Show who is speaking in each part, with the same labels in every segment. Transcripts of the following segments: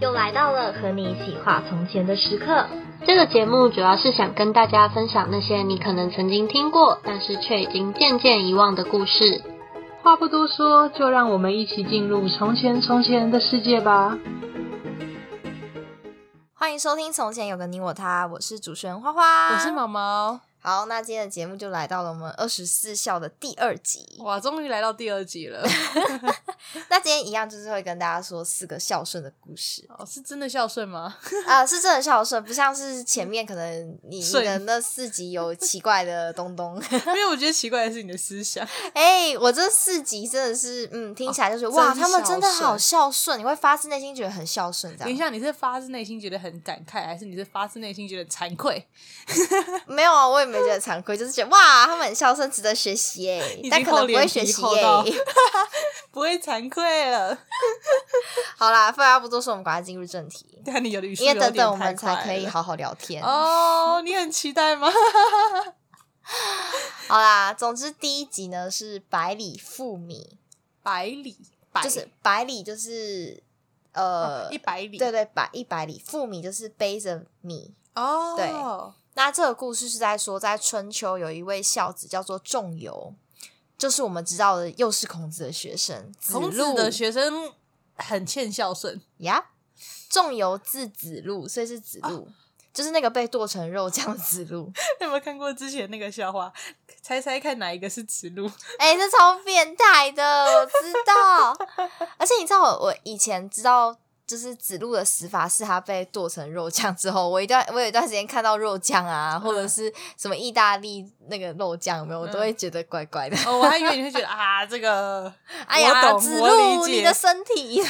Speaker 1: 又来到了和你一起画从前的时刻。
Speaker 2: 这个节目主要是想跟大家分享那些你可能曾经听过，但是却已经渐渐遗忘的故事。
Speaker 3: 话不多说，就让我们一起进入从前从前的世界吧。
Speaker 4: 欢迎收听《从前有个你我他》，我是主持人花花，
Speaker 5: 我是毛毛。
Speaker 4: 好，那今天的节目就来到了我们二十四孝的第二集。
Speaker 5: 哇，终于来到第二集 了！
Speaker 4: 那今天一样就是会跟大家说四个孝顺的故事
Speaker 5: 哦，是真的孝顺吗？
Speaker 4: 啊、是真的孝顺，不像是前面可能你你
Speaker 5: 顺
Speaker 4: 的那四集有奇怪的东东。
Speaker 5: 因为我觉得奇怪的是你的思 想，
Speaker 4: 哎、我这四集真的是，嗯，听起来就是、
Speaker 5: 哦
Speaker 4: 哇，
Speaker 5: 真
Speaker 4: 他们真的
Speaker 5: 孝顺
Speaker 4: 好孝顺，你会发自内心觉得很孝顺，这
Speaker 5: 等一
Speaker 4: 样。
Speaker 5: 下你是发自内心觉得很感慨，还是你是发自内心觉得惭愧？
Speaker 4: 没有啊，我也没觉得惭愧，就是觉得哇，他们很孝顺，值得学习耶、
Speaker 5: 已经
Speaker 4: 但可能
Speaker 5: 厚
Speaker 4: 不
Speaker 5: 脸
Speaker 4: 会
Speaker 5: 皮
Speaker 4: 学习
Speaker 5: 厚
Speaker 4: 耶、
Speaker 5: 到不会惭愧了。
Speaker 4: 好啦，废话不多说，我们赶快进入正题。
Speaker 5: 但你有的语速
Speaker 4: 因为
Speaker 5: 有
Speaker 4: 等
Speaker 5: 点
Speaker 4: 等我
Speaker 5: 太
Speaker 4: 们才
Speaker 5: 快
Speaker 4: 可以
Speaker 5: 了
Speaker 4: 好好聊天。
Speaker 5: 哦，你很期待 吗？
Speaker 4: 好啦，总之第一集呢是百里赴米，
Speaker 5: 百里，百
Speaker 4: 就是百里就是呃、
Speaker 5: 哦一百里，
Speaker 4: 对对百一百里赴米就是背着米。
Speaker 5: 哦，
Speaker 4: 对那这个故事是在说，在春秋有一位孝子叫做仲由，就是我们知道的又是孔子的学生子
Speaker 5: 孔子
Speaker 4: 路
Speaker 5: 的学生很欠孝顺，
Speaker 4: 呀。仲由字子路，所以是子路。
Speaker 5: 哦
Speaker 4: 就是那个被剁成肉酱的子路，
Speaker 5: 有没有看过之前那个笑话？猜猜看哪一个是子 路？
Speaker 4: 哎、这超变态的，我知道。而且你知道我，我以前知道，就是子路的死法是他被剁成肉酱之后，我一段我有一段时间看到肉酱啊，或
Speaker 5: 嗯
Speaker 4: 者是什么意大利那个肉酱，有没有，我都会觉得怪怪的。
Speaker 5: 哦，我还以为你会觉得啊，这个，
Speaker 4: 哎呀，
Speaker 5: 我懂
Speaker 4: 子
Speaker 5: 我
Speaker 4: 路，
Speaker 5: 理解
Speaker 4: 你的身体。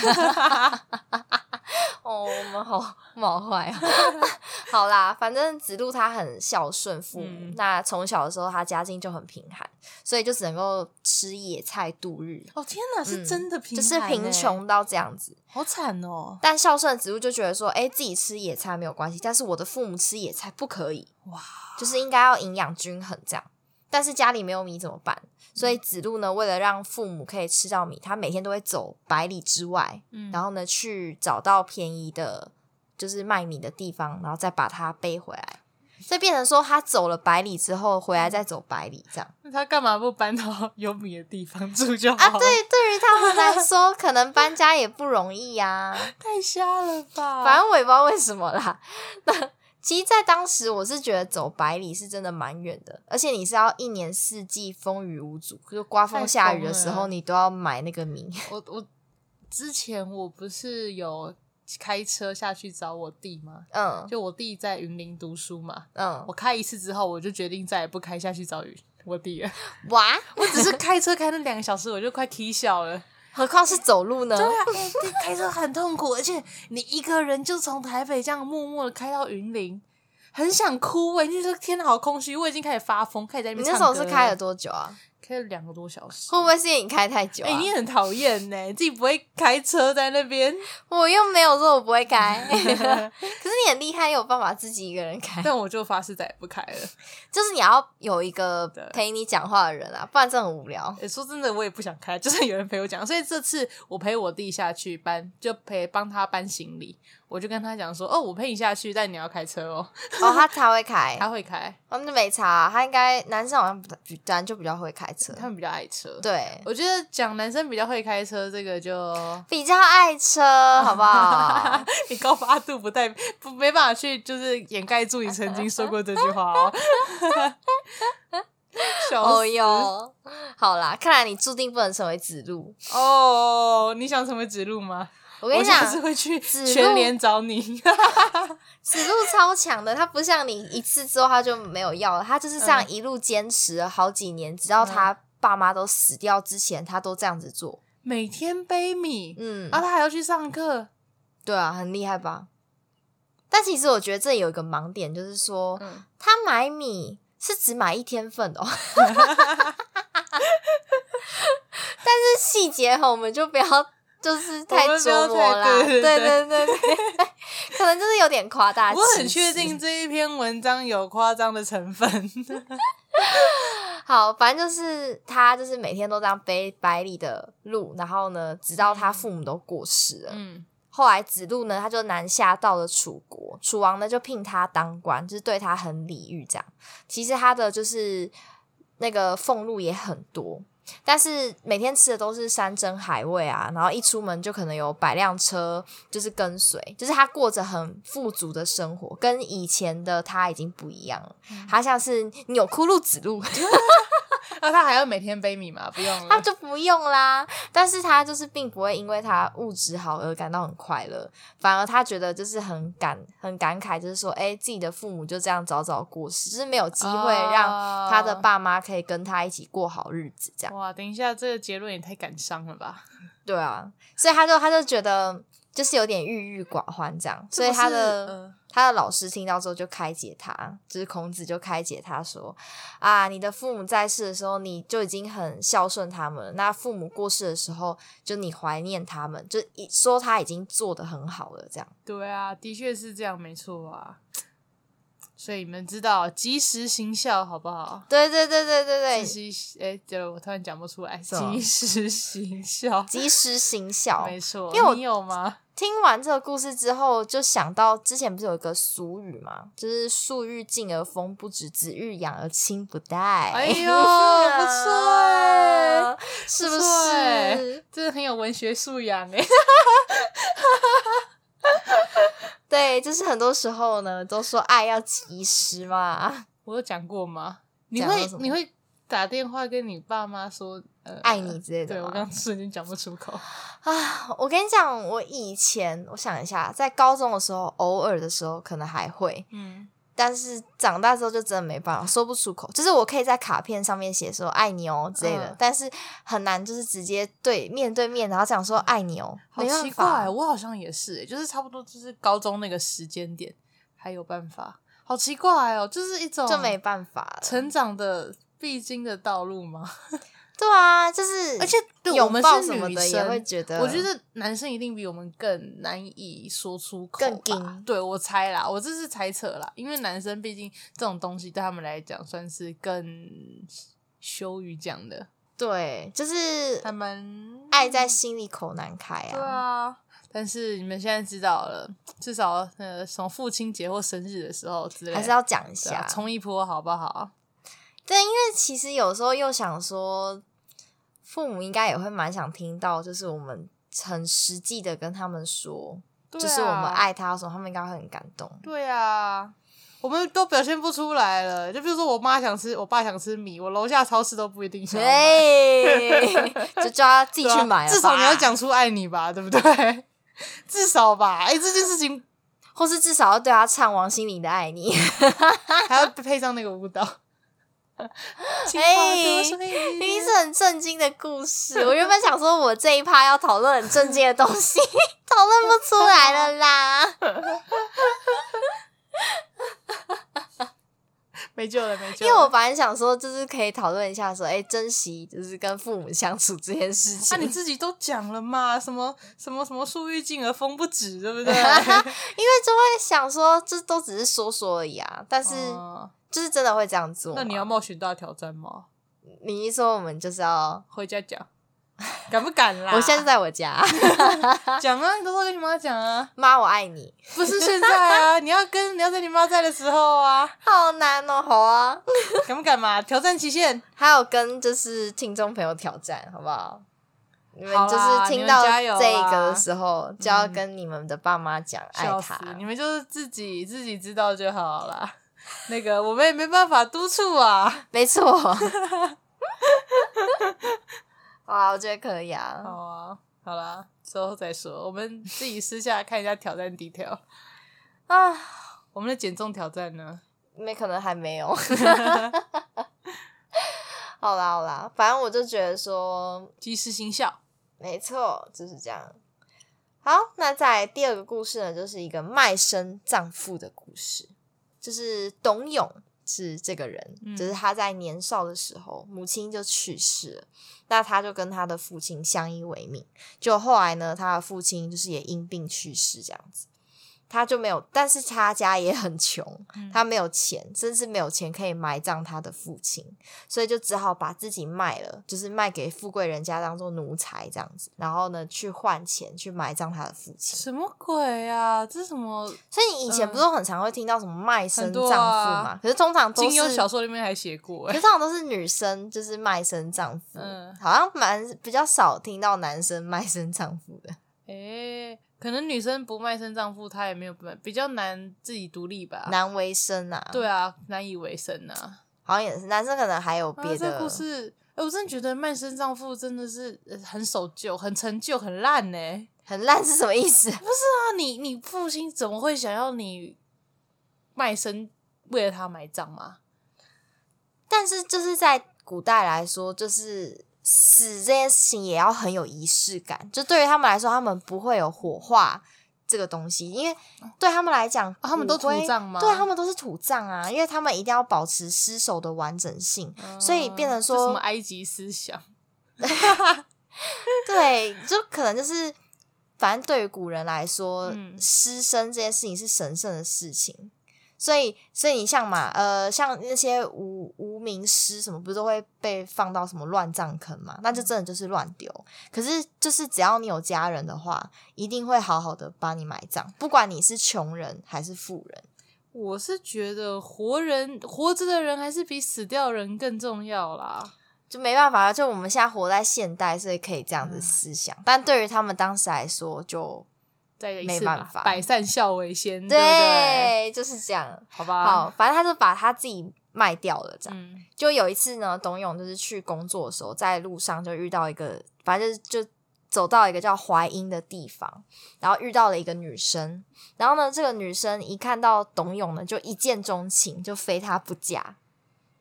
Speaker 4: 哦，我们好，我们好坏啊！ 好啦，反正子路他很孝顺父母，
Speaker 5: 嗯
Speaker 4: 那从小的时候他家境就很贫寒，所以就只能够吃野菜度日。
Speaker 5: 哦天哪，是
Speaker 4: 嗯
Speaker 5: 真的欸贫、
Speaker 4: 就是贫，穷到这样子。
Speaker 5: 好惨哦！
Speaker 4: 但孝顺的子路就觉得说，哎、自己吃野菜没有关系，但是我的父母吃野菜不可以，
Speaker 5: 哇，
Speaker 4: 就是应该要营养均衡这样。但是家里没有米怎么办？所
Speaker 5: 嗯
Speaker 4: 以子路呢，为了让父母可以吃到米，他每天都会走百里之外，
Speaker 5: 嗯
Speaker 4: 然后呢去找到便宜的，就是卖米的地方，然后再把它背回来。所以变成说，他走了百里之后，
Speaker 5: 嗯
Speaker 4: 回来再走百里这样。
Speaker 5: 那他干嘛不搬到 有米的地方住就好
Speaker 4: 啊，
Speaker 5: 了？
Speaker 4: 对，对于他们来说，可能搬家也不容易呀、
Speaker 5: 太瞎了吧！
Speaker 4: 反正我也不知道为什么啦。 那其实，在当时我是觉得走百里是真的蛮远的，而且你是要一年四季风雨无阻，就刮风下雨的时
Speaker 5: 太疯
Speaker 4: 候，
Speaker 5: 了
Speaker 4: 你都要买那个米。
Speaker 5: 我我之前我不是有开车下去找我弟吗？
Speaker 4: 嗯
Speaker 5: 就我弟在云林读书嘛，
Speaker 4: 嗯
Speaker 5: 我，开一次之后，我就决定再也不开下去找云我弟了。
Speaker 4: 哇，
Speaker 5: 我只是开车开那两个小时，我就快踢笑了。
Speaker 4: 何况是走路呢？
Speaker 5: 对啊，哎这开车很痛苦，而且你一个人就从台北这样默默的开到云林，很想哭哎、你就说天哪，好空虚，我已经开始发疯，开始在那
Speaker 4: 你
Speaker 5: 边
Speaker 4: 那
Speaker 5: 唱
Speaker 4: 时
Speaker 5: 歌了。
Speaker 4: 候是开了多久啊？
Speaker 5: 开了两个多小时
Speaker 4: 会。不会是因为你开太久、啊？
Speaker 5: 哎、你也很讨厌呢， 自己不会开车在那边，
Speaker 4: 我又没有说我不 会开，可是你很厉害，有办法自己一个人开，
Speaker 5: 但我就发誓再也不开 了。
Speaker 4: 就是你要有一个
Speaker 5: 对
Speaker 4: 陪你讲话的人啊，不然真的很无聊。
Speaker 5: 欸、说真的，我也不想开，就是有人陪我讲。所以这次我陪我弟下去搬，就陪帮他搬行李，我就跟他讲说：“哦，我陪你下去，但你要开车哦。
Speaker 4: 哦，他才会开”，
Speaker 5: 他会开，
Speaker 4: 他们就没差、啊，他应该男生好像不太比男就比较会开车，
Speaker 5: 他们比较爱车。，
Speaker 4: 对，
Speaker 5: 我觉得讲男生比较会开车，这个 就
Speaker 4: 比较爱车，好 不好？
Speaker 5: 你高八度不代不没办法去，就是掩盖住你曾经说过这句话 哦。笑
Speaker 4: 哦
Speaker 5: 死
Speaker 4: 哟，好啦，看来你注定不能成为子路。
Speaker 5: 哦，你想成为指路吗？
Speaker 4: 我
Speaker 5: 我
Speaker 4: 跟你讲
Speaker 5: 下，次会去
Speaker 4: 指路
Speaker 5: 全联找你。
Speaker 4: 子路超强的，他不像你一次之后他就没有要了，他就是这样
Speaker 5: 嗯
Speaker 4: 一路坚持了好几年，直到他爸妈都死掉之前，他都这样子做。
Speaker 5: 每天背米，啊
Speaker 4: 嗯，
Speaker 5: 然后他还要去上课。
Speaker 4: 对啊，很厉害吧？但其实我觉得这有一个盲点，就是说
Speaker 5: 嗯，
Speaker 4: 他买米是只买一天份的、哦， 但是细节哈，我们就不要就是太琢磨啦。
Speaker 5: 我们不要太对对
Speaker 4: 对对对，可能就是有点夸大。
Speaker 5: 我很确定。这一篇文章有夸张的成分。
Speaker 4: 好，反正就是他就是每天都这样背百里的路，然后呢，直到他父母都过世了，
Speaker 5: 嗯，
Speaker 4: 后来子路呢，他就南下到了楚国，楚王呢就聘他当官，就是对他很礼遇这样。其实他的就是那个俸禄也很多，但是每天吃的都是山珍海味啊，然后一出门就可能有百辆车就是跟随，就是他过着很富足的生活，跟以前的他已经不一样了。他像是钮祜禄子路，
Speaker 5: 那啊他还要每天背米吗？不用
Speaker 4: 他
Speaker 5: 了。
Speaker 4: 就不用啦。但是他就是并不会因为他物质好而感到很快乐，反而他觉得就是很感很感慨，就是说，哎、自己的父母就这样早早过世，就是没有机会
Speaker 5: 哦
Speaker 4: 让他的爸妈可以跟他一起过好日子，这样。
Speaker 5: 哇，等一下，这个结论也太感伤了吧？
Speaker 4: 对啊，所以他就他就觉得就是有点郁郁寡欢这样，所以他的、
Speaker 5: 这不是呃
Speaker 4: 他的老师听到之后就开解他，就是孔子就开解他说啊，你的父母在世的时候你就已经很孝顺他们了，那父母过世的时候就你怀念他们，就一说他已经做的很好了这样。
Speaker 5: 对啊，的确是这样，没错啊。所以你们知道及时行孝好不好？
Speaker 4: 对对对对对哦对，
Speaker 5: 及时哎，对了，我突然讲不出来，
Speaker 4: 什么
Speaker 5: 及时行孝，
Speaker 4: 及时 行孝。
Speaker 5: 没错。
Speaker 4: 因为我
Speaker 5: 你有吗？
Speaker 4: 听完这个故事之后，就想到之前不是有一个俗语嘛，就是“树欲静而风不止，子欲养而亲不待”。
Speaker 5: 哎 呦，不错哎，
Speaker 4: 是不
Speaker 5: 不错欸
Speaker 4: 是？
Speaker 5: 这很有文学素养 哎。
Speaker 4: 对，就是很多时候呢，都说爱要及时嘛，
Speaker 5: 我有讲过吗？你
Speaker 4: 讲
Speaker 5: 会
Speaker 4: 到什么
Speaker 5: 你会打电话跟你爸妈说呃
Speaker 4: 爱你之类的
Speaker 5: 对我
Speaker 4: 嘛
Speaker 5: 刚瞬间讲不出 口。
Speaker 4: 啊，我跟你讲，我以前我想一下，在高中的时候，偶尔的时候可能还会，
Speaker 5: 嗯，
Speaker 4: 但是长大之后就真的没办法，说不出口。就是我可以在卡片上面写说“爱你哦”之类的，
Speaker 5: 嗯
Speaker 4: 但是很难就是直接对面对面，然后讲说“爱你哦”，
Speaker 5: 好
Speaker 4: 没办
Speaker 5: 奇
Speaker 4: 法
Speaker 5: 怪，我好像也是、欸，就是差不多就是高中那个时间点还有办法，好奇怪哦，就是一种
Speaker 4: 就没办法了。
Speaker 5: 成长的必经的道路吗？
Speaker 4: 对啊，就是
Speaker 5: 而且对
Speaker 4: 拥
Speaker 5: 我们
Speaker 4: 抱
Speaker 5: 是
Speaker 4: 什么
Speaker 5: 女
Speaker 4: 的也
Speaker 5: 生
Speaker 4: 会觉得，
Speaker 5: 我觉得男生一定比我们更难以说出口吧，
Speaker 4: 更硬
Speaker 5: 对我猜啦，我这是猜测啦，因为男生毕竟这种东西对他们来讲算是更羞于讲的，
Speaker 4: 对，就是
Speaker 5: 他们
Speaker 4: 爱在心里口难开
Speaker 5: 对啊。但是你们现在知道了，至少呃，从父亲节或生日的时候之类的，
Speaker 4: 还是要讲一
Speaker 5: 对啊
Speaker 4: 下。
Speaker 5: 冲一波好不好？
Speaker 4: 对，因为其实有时候又想说，父母应该也会蛮想听到，就是我们很实际的跟他们说，
Speaker 5: 对
Speaker 4: 就是我们
Speaker 5: 啊，
Speaker 4: 爱他的时候，他们应该会很感动。
Speaker 5: 对啊，我们都表现不出来了。就比如说，我妈想吃，我爸想吃米，我楼下超市都不一定想要买。
Speaker 4: 对， 就叫他自己
Speaker 5: 对啊
Speaker 4: 去买了吧、
Speaker 5: 至少你要讲出爱你吧，对不对？ 至少吧，哎、这件事情
Speaker 4: 或是至少要对他唱王心凌的《爱你》
Speaker 5: 啊 还要配上那个舞蹈。
Speaker 4: 哎
Speaker 5: 青花多美
Speaker 4: 明明是很震惊的故事。我原本想说，我这一趴要讨论很震惊的东西， 讨论不出来了啦。
Speaker 5: 没救了，没救
Speaker 4: 因
Speaker 5: 了。
Speaker 4: 为我本来想说，就是可以讨论一下，说，哎、珍惜就是跟父母相处这件事
Speaker 5: 那、
Speaker 4: 情。
Speaker 5: 啊你自己都讲了嘛，什么什么什么树欲静而风不止，对不对？
Speaker 4: 因为就会想说，这都只是说说而已啊，但 是
Speaker 5: 哦
Speaker 4: 就是真的会这样做吗。
Speaker 5: 那你要冒险大挑战吗？
Speaker 4: 你一说，我们就是要，
Speaker 5: 回家 讲，敢不敢啦？
Speaker 4: 我现在就在我家，
Speaker 5: 讲啊，你都说跟你妈讲啊，
Speaker 4: 妈，我爱你，
Speaker 5: 不是现在啊，你要跟你要在你妈在的时候啊，
Speaker 4: 好难哦，好啊。
Speaker 5: 敢不敢嘛？挑战期限，
Speaker 4: 还有跟就是听众朋友挑战，好不好？你们
Speaker 5: 好
Speaker 4: 就
Speaker 5: 啦
Speaker 4: 是听到
Speaker 5: 你们加油啦嗯
Speaker 4: 这个的时候，就要跟你们的爸妈讲爱
Speaker 5: 笑死
Speaker 4: 他。！
Speaker 5: 你们就是自己自己知道就好啦。那个我们也没办法督促 啊。
Speaker 4: 没错。 哇，我觉得可以啊。
Speaker 5: 好啊，好啦，之后再说。我们自己私下看一下挑战 detail。
Speaker 4: 啊，
Speaker 5: 我们的减重挑战呢？
Speaker 4: 没可能还没有。 好啦好啦，反正我就觉得说，
Speaker 5: 及时行孝。
Speaker 4: 没错，就是这样。好，那在第二个故事呢，就是一个卖身葬父的故事，就是董永是这个人，
Speaker 5: 嗯
Speaker 4: 就是他在年少的时候，母亲就去世了，那他就跟他的父亲相依为命，就后来呢，他的父亲就是也因病去世这样子。他就没有，但是他家也很穷，
Speaker 5: 嗯
Speaker 4: 他没有钱，甚至没有钱可以埋葬他的父亲，所以就只好把自己卖了，就是卖给富贵人家当做奴才这样子，然后呢去换钱去埋葬他的父亲。
Speaker 5: 什么鬼啊？这是什么？
Speaker 4: 所以你以前不是很常会听到什么卖
Speaker 5: 嗯
Speaker 4: 身
Speaker 5: 很
Speaker 4: 丈
Speaker 5: 多
Speaker 4: 夫
Speaker 5: 啊
Speaker 4: 嘛？可是通常都
Speaker 5: 金
Speaker 4: 是
Speaker 5: 庸小说里面还写过、
Speaker 4: 可
Speaker 5: 欸，
Speaker 4: 是通常都是女生就是卖身丈夫，
Speaker 5: 嗯
Speaker 4: 好像蛮比较少听到男生卖身丈夫的。
Speaker 5: 哎、可能女生不卖身丈夫，她也没有比较难自己独立吧？
Speaker 4: 难为生啊，，
Speaker 5: 对啊，难以为生啊。
Speaker 4: 好像也是男生可能还有
Speaker 5: 啊
Speaker 4: 别
Speaker 5: 这
Speaker 4: 的、
Speaker 5: 故事，哎、我真的觉得卖身丈夫真的是呃很守旧、很陈旧、很烂呢、
Speaker 4: 很烂是什么意思？
Speaker 5: 那你你父亲怎么会想要你卖身为了他埋葬吗？
Speaker 4: 但是就是在古代来说，就是死这件事情也要很有仪式感。就对于他们来说，他们不会有火化这个东西，因为对他们来讲，
Speaker 5: 啊他们都
Speaker 4: 骨灰
Speaker 5: 土葬吗
Speaker 4: 对他们都是土葬啊，因为他们一定要保持尸首的完整性。所以变成
Speaker 5: 嗯
Speaker 4: 说
Speaker 5: 这什么埃及思想，
Speaker 4: 对，就可能就是，反正对于古人来说，
Speaker 5: 嗯
Speaker 4: 师生这件事情是神圣的事情，所以，所以你像嘛，呃，像那些无无名尸什么，不是都会被放到什么乱葬坑嘛？那就
Speaker 5: 嗯
Speaker 4: 真的就是乱丢。可是，就是只要你有家人的话，一定会好好的帮你埋葬，不管你是穷人还是富人。
Speaker 5: 我是觉得活人活着的人还是比死掉的人更重要啦。
Speaker 4: 就没办法，就我们现在活在现代，所以可以这
Speaker 5: 嗯
Speaker 4: 样子思想。但对于他们当时来说，就
Speaker 5: 再一
Speaker 4: 没
Speaker 5: 次
Speaker 4: 办
Speaker 5: 吧
Speaker 4: 法
Speaker 5: 百善孝为先，对不对？
Speaker 4: 对，就是这样。
Speaker 5: 好吧，
Speaker 4: 好，反正他就把他自己卖掉了，这样。
Speaker 5: 啊嗯，
Speaker 4: 就有一次呢，董永就是去工作的时候，在路上就遇到一个，反正就是就走到一个叫淮阴的地方，然后遇到了一个女生，然后呢，这个女生一看到董永呢，就一见钟情，就非他不嫁。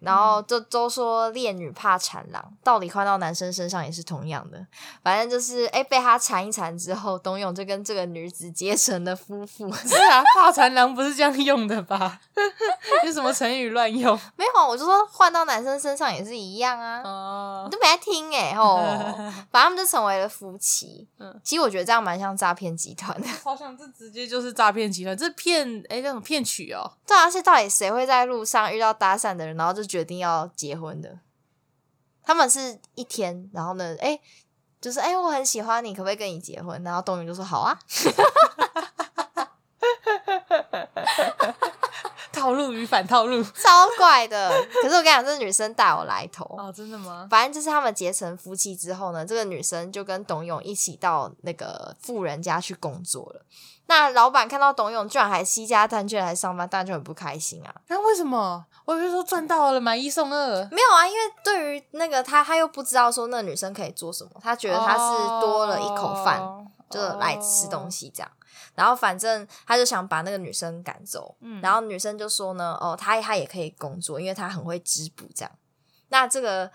Speaker 4: 然后就都说烈女怕缠郎，道理换到男生身上也是同样的。反正就是，哎，被他缠一缠之后，董永就跟这个女子结成了夫妇。
Speaker 5: 是啊，怕缠郎不是这样用的吧？ 有什么成语乱用
Speaker 4: 没有，我就说换到男生身上也是一样啊，
Speaker 5: 啊
Speaker 4: 你？都没在听哎、 吼，反正他们就成为了夫妻。
Speaker 5: 嗯
Speaker 4: 其实我觉得这样蛮像诈骗集团的，
Speaker 5: 好想这直接就是诈骗集团，这骗哎，那种骗取哦，
Speaker 4: 对啊，而且到底谁会在路上遇到搭讪的人，然后就决定要结婚的？他们是一天，然后呢，哎、就是哎、我很喜欢你，可不可以跟你结婚？然后东云就说好啊，
Speaker 5: 套路与反套路
Speaker 4: 超怪的。 可是我跟你讲，这女生大有来头
Speaker 5: 哦，真的吗？
Speaker 4: 反正就是他们结成夫妻之后呢，这个女生就跟董永一起到那个富人家去工作了。那老板看到董永居然还惜家蛋卷来上班，当然就很不开心啊。
Speaker 5: 那、为什么？我以为说赚到了买一送二，
Speaker 4: 没有啊，因为对于那个他，他又不知道说那个女生可以做什么，他觉得他是多了一口饭，
Speaker 5: 哦
Speaker 4: 就来吃东。
Speaker 5: 哦
Speaker 4: 西这样。然后反正他就想把那个女生赶走，
Speaker 5: 嗯
Speaker 4: 然后女生就说呢，哦，她她也可以工作，因为她很会织布这样。那这个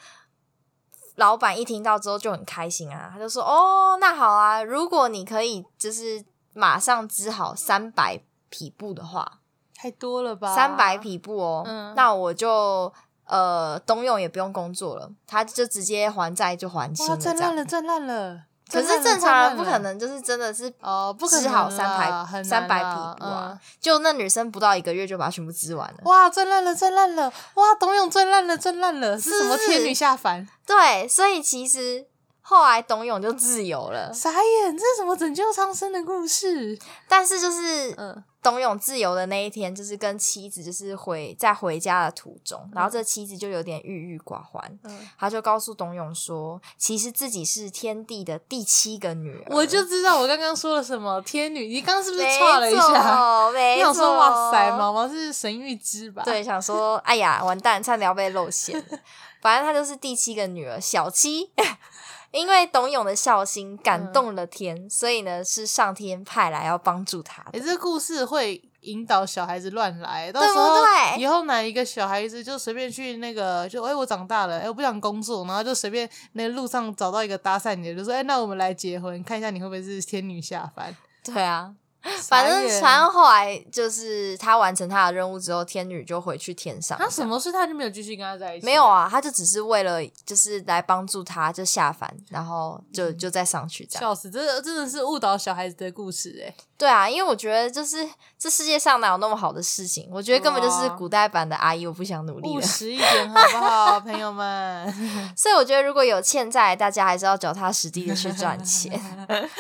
Speaker 4: 老板一听到之后就很开心啊，他就说，哦，那好啊，如果你可以就是马上织好三百匹布的话，
Speaker 5: 太多了吧？
Speaker 4: 三百匹布哦，
Speaker 5: 嗯
Speaker 4: 那我就。呃，东用也不用工作了，他就直接还债就还清
Speaker 5: 哇，
Speaker 4: 了，
Speaker 5: 赚
Speaker 4: 这
Speaker 5: 烂
Speaker 4: 样。
Speaker 5: 了，赚烂了。
Speaker 4: 可
Speaker 5: 赚
Speaker 4: 是
Speaker 5: 烂了
Speaker 4: 正常人
Speaker 5: 赚烂
Speaker 4: 不
Speaker 5: 了
Speaker 4: 可能就是真的是
Speaker 5: 哦，不可能
Speaker 4: 织
Speaker 5: 啦
Speaker 4: 好三百
Speaker 5: 很
Speaker 4: 三
Speaker 5: 难
Speaker 4: 百匹
Speaker 5: 啦
Speaker 4: 布啊！就那女生不到一个月就把它全部织完
Speaker 5: 嗯
Speaker 4: 了。
Speaker 5: 哇，赚烂了，赚烂了！哇，董永赚烂了，赚烂了！是
Speaker 4: 是
Speaker 5: 什么
Speaker 4: 不是
Speaker 5: 天女下凡？
Speaker 4: 对，所以其实后来董永就自由了，
Speaker 5: 傻眼，这是什么拯救苍生的故事？
Speaker 4: 但是就是
Speaker 5: 嗯，
Speaker 4: 董永自由的那一天，就是跟妻子就是回在回家的途中，然后这妻子就有点郁郁寡欢，
Speaker 5: 嗯
Speaker 4: 他就告诉董永说，其实自己是天帝的第七个女儿。
Speaker 5: 我就知道我刚刚说了什么天女，你刚刚是不是
Speaker 4: 没
Speaker 5: 错了一 下？
Speaker 4: 错，
Speaker 5: 你
Speaker 4: 没
Speaker 5: 想
Speaker 4: 错，
Speaker 5: 说哇塞，毛毛是神预知吧？
Speaker 4: 对，想说，哎呀，完蛋，差点要被露馅了。反正她就是第七个女儿小七， 因为董永的孝心
Speaker 5: 嗯
Speaker 4: 感动了天，所以呢是上天派来要帮助他的。
Speaker 5: 哎、这故事会引导小孩子乱来，到
Speaker 4: 对
Speaker 5: 时
Speaker 4: 不
Speaker 5: 候
Speaker 4: 对
Speaker 5: 以后哪一个小孩子就随便去那个，就哎、我长大了，哎、我不想工作，然后就随便那路上找到一个搭讪你的，就说哎、那我们来结婚，看一下你会不会是天女下凡。
Speaker 4: 对啊， 反
Speaker 5: 傻
Speaker 4: 正
Speaker 5: 眼
Speaker 4: 反正后来就是他完成他的任务之后，天女就回去天上。
Speaker 5: 他什么事他就没有继续跟他在一起？
Speaker 4: 没有，啊？他就只是为了就是来帮助他，就下凡，然后就
Speaker 5: 嗯
Speaker 4: 就再上去这样。
Speaker 5: 笑死！这个真的是误导小孩子的故事哎、
Speaker 4: 对啊，因为我觉得就是这世界上哪有那么好的事情？我觉得根本就是
Speaker 5: 哇
Speaker 4: 古代版的阿姨，我不啊想努力
Speaker 5: 务
Speaker 4: 了。
Speaker 5: 实一点好不好， 朋友们？
Speaker 4: 所以我觉得如果有欠债，大家还是要脚踏实地的去赚钱，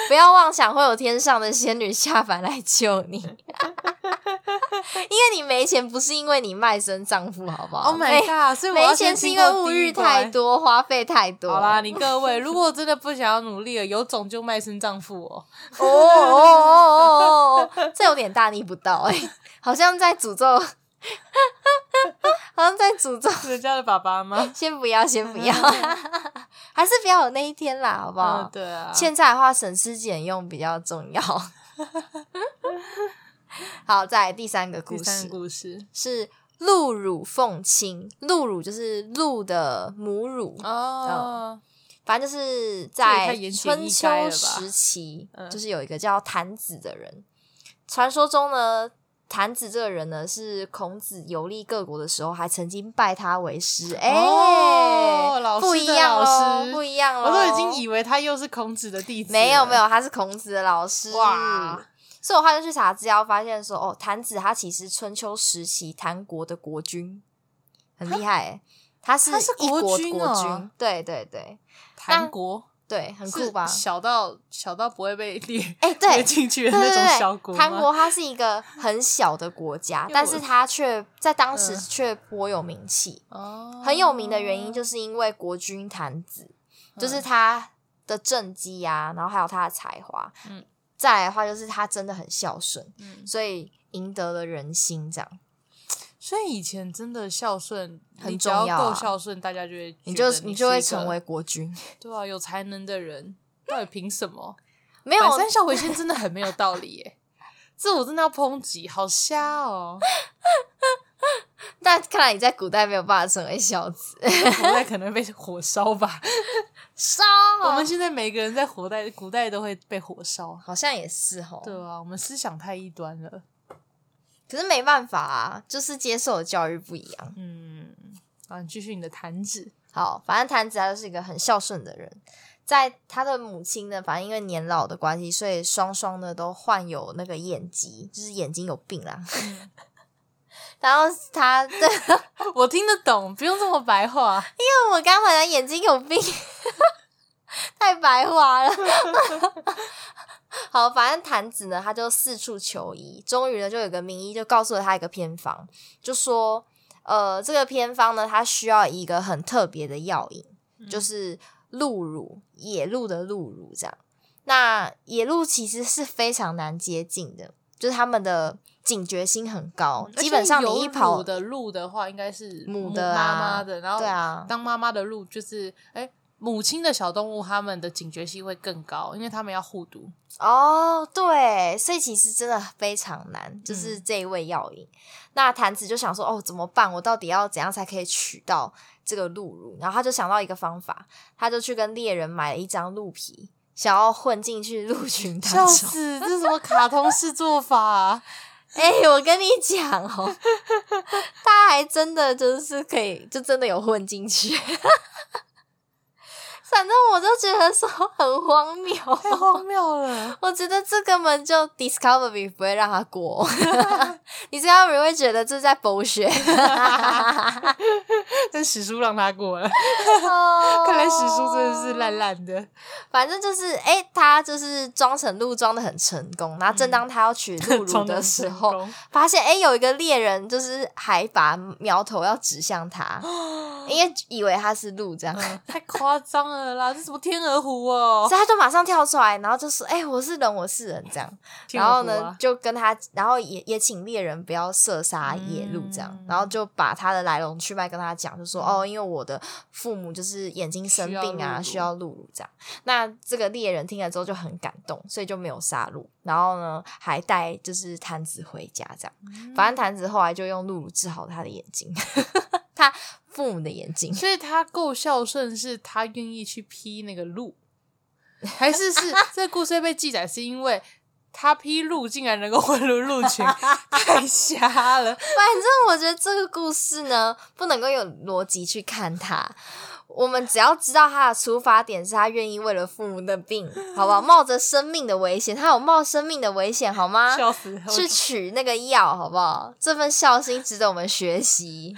Speaker 4: 不要妄想会有天上的仙女下凡来救你。因为你没钱，不是因为你卖身葬父，好不好哎
Speaker 5: Oh
Speaker 4: 没
Speaker 5: my god！所以我要
Speaker 4: 没
Speaker 5: 先
Speaker 4: 钱是
Speaker 5: 经
Speaker 4: 因为
Speaker 5: 过
Speaker 4: 物
Speaker 5: 第一
Speaker 4: 欲太
Speaker 5: 关。
Speaker 4: 多，花费太多。
Speaker 5: 好啦，你各位，如果真的不想要努力了，有种就卖身葬父哦。
Speaker 4: 哦哦哦哦哦，这有点大逆不道哎、好像在诅咒，好像在诅咒。
Speaker 5: 人家的爸爸 吗？
Speaker 4: 先不要，先不要，还是不要有那一天啦，好不好？
Speaker 5: 嗯，对啊。
Speaker 4: 现在的话，省吃俭用比较重要。好，再来第三个故
Speaker 5: 第三
Speaker 4: 事
Speaker 5: 个故事
Speaker 4: 是鹿乳奉亲，鹿乳就是鹿的母乳，
Speaker 5: 嗯哦，
Speaker 4: 反正就是
Speaker 5: 这也太
Speaker 4: 在
Speaker 5: 言简
Speaker 4: 春
Speaker 5: 意
Speaker 4: 秋
Speaker 5: 赅了吧
Speaker 4: 时期，
Speaker 5: 嗯
Speaker 4: 就是有一个叫谭子的人。传说中呢，谭子这个人呢是孔子游历各国的时候，还曾经拜他为师。哎、
Speaker 5: 哦老师
Speaker 4: 不
Speaker 5: 的
Speaker 4: 一样
Speaker 5: 老
Speaker 4: 喽，
Speaker 5: 师
Speaker 4: 不一样哦喽！
Speaker 5: 我都已经以为他又是孔子的弟子了，
Speaker 4: 没有没有，他是孔子的老师。
Speaker 5: 哇！
Speaker 4: 所以我后来就去查资料，发现说哦，谭子他其实春秋时期谭国的国君，很厉害、欸。他是
Speaker 5: 他是
Speaker 4: 一
Speaker 5: 国
Speaker 4: 国
Speaker 5: 君
Speaker 4: 国
Speaker 5: 哦
Speaker 4: 君，对对对
Speaker 5: 韩国
Speaker 4: 对，很
Speaker 5: 是
Speaker 4: 酷吧？
Speaker 5: 小到小到不会被列
Speaker 4: 哎、
Speaker 5: 列
Speaker 4: 对，
Speaker 5: 进去
Speaker 4: 对
Speaker 5: 的那
Speaker 4: 对
Speaker 5: 种小国
Speaker 4: 对，
Speaker 5: 吗，
Speaker 4: 韩国它是一个很小的国家
Speaker 5: 因为，
Speaker 4: 但
Speaker 5: 我
Speaker 4: 是它却在当时
Speaker 5: 嗯
Speaker 4: 却颇有名气。
Speaker 5: 哦
Speaker 4: 很有名的原因就是因为国君谭子，
Speaker 5: 嗯
Speaker 4: 就是他的政绩啊，然后还有他的才华。
Speaker 5: 嗯
Speaker 4: 再来的话就是他真的很孝顺，
Speaker 5: 嗯
Speaker 4: 所以赢得了人心，这样
Speaker 5: 所以以前真的孝顺
Speaker 4: 很
Speaker 5: 你只要
Speaker 4: 重要啊
Speaker 5: 够孝顺，大家就会
Speaker 4: 你
Speaker 5: 觉
Speaker 4: 就
Speaker 5: 得你
Speaker 4: 你就会
Speaker 5: 是一个
Speaker 4: 成为国君。
Speaker 5: 对啊，有才能的人到底凭什么？
Speaker 4: 没有
Speaker 5: 百三笑回仙真的很没有道理耶、这我真的要抨击，好瞎 哦！
Speaker 4: 但看来你在古代没有办法成为孝子。
Speaker 5: 古代可能被火烧吧。
Speaker 4: 烧，
Speaker 5: 我们现在每个人在古代，古代都会被火烧。
Speaker 4: 好像也是吼，
Speaker 5: 对啊，我们思想太异端了。
Speaker 4: 可是没办法啊，就是接受的教育不一样。
Speaker 5: 嗯，啊，你继续你的弹指。
Speaker 4: 好，反正谭子他就是一个很孝顺的人，在他的母亲呢，反正因为年老的关系，所以双双呢都患有那个眼疾，就是眼睛有病啦。 然后他的，
Speaker 5: 我听得懂，不用这么白话。
Speaker 4: 我刚才讲眼睛有病， 太白话了。 好，反正谭子呢，他就四处求医，终于呢，就有个名医就告诉了他一个偏方，就说，呃，这个偏方呢，它需要一个很特别的药引，
Speaker 5: 嗯
Speaker 4: 就是鹿乳，野鹿的鹿乳这样。那野鹿其实是非常难接近的，就是他们的警觉性很高，基本上你一
Speaker 5: 嗯而且有
Speaker 4: 跑
Speaker 5: 乳的鹿的话，应该是
Speaker 4: 母的啊
Speaker 5: 妈妈的，然后
Speaker 4: 对啊
Speaker 5: 当妈妈的鹿就是哎。母亲的小动物，它们的警觉性会更高，因为它们要护犊。
Speaker 4: 哦，对，所以其实真的非常难，
Speaker 5: 嗯
Speaker 4: 就是这一味药引。那谭子就想说，哦，怎么办？我到底要怎样才可以取到这个鹿乳？然后他就想到一个方法，他就去跟猎人买了一张鹿皮，想要混进去鹿群当
Speaker 5: 笑
Speaker 4: 中。
Speaker 5: 死，这是什么卡通式做法啊、
Speaker 4: 哎、我跟你讲哦，他还真的就是可以，就真的有混进去。 反正我就觉得说很荒谬，
Speaker 5: 太荒谬了！
Speaker 4: 我觉得这根本就 Discovery 不会让他过 ，Discovery 会觉得这是在剥削。
Speaker 5: 但史书让他过了，
Speaker 4: 看
Speaker 5: 哦看来史书真的是烂。烂的。
Speaker 4: 反正就是，哎、他就是装成鹿装的很成功，然后正当他 要取鹿乳
Speaker 5: 嗯装得
Speaker 4: 的
Speaker 5: 很
Speaker 4: 时
Speaker 5: 成
Speaker 4: 候，
Speaker 5: 功
Speaker 4: 发现哎、有一个猎人就是还把苗头要指向他，因为以为他是鹿这样。
Speaker 5: 嗯 太夸张了啦！这什么天鹅湖哦
Speaker 4: 所？以他就马上跳出来，然后就说：“哎、我是人，我是人。”这样，
Speaker 5: 天
Speaker 4: 然
Speaker 5: 鹅
Speaker 4: 后
Speaker 5: 湖
Speaker 4: 呢
Speaker 5: 啊，，
Speaker 4: 就跟他，然后也也请猎人不要射杀野鹿这样，
Speaker 5: 嗯
Speaker 4: 然后就把他的来龙去脉跟他讲，就说、哦，因为我的父母就是眼睛生病啊，
Speaker 5: 需
Speaker 4: 需
Speaker 5: 要
Speaker 4: 要露乳这样。那这个猎人听了之后就很感动，所以就没有杀鹿，然后呢还带就是坛子回家这样。反正坛子后来就用露乳治好他的眼睛， 他父母的眼睛。
Speaker 5: 所以他够孝顺，是他愿 意去劈那个鹿，还是是这个故事被记载是因为他披路竟然能够混入鹿群，太瞎了！
Speaker 4: 反正 我觉得这个故事呢，不能够有逻辑去看它。我们只要知道他的出发点是他愿意为了父母的病，好不好？冒着生命的危险，他有冒生命的危险，好吗？
Speaker 5: 笑死！
Speaker 4: 去取那个药，好不好？这份孝心值得我们学习。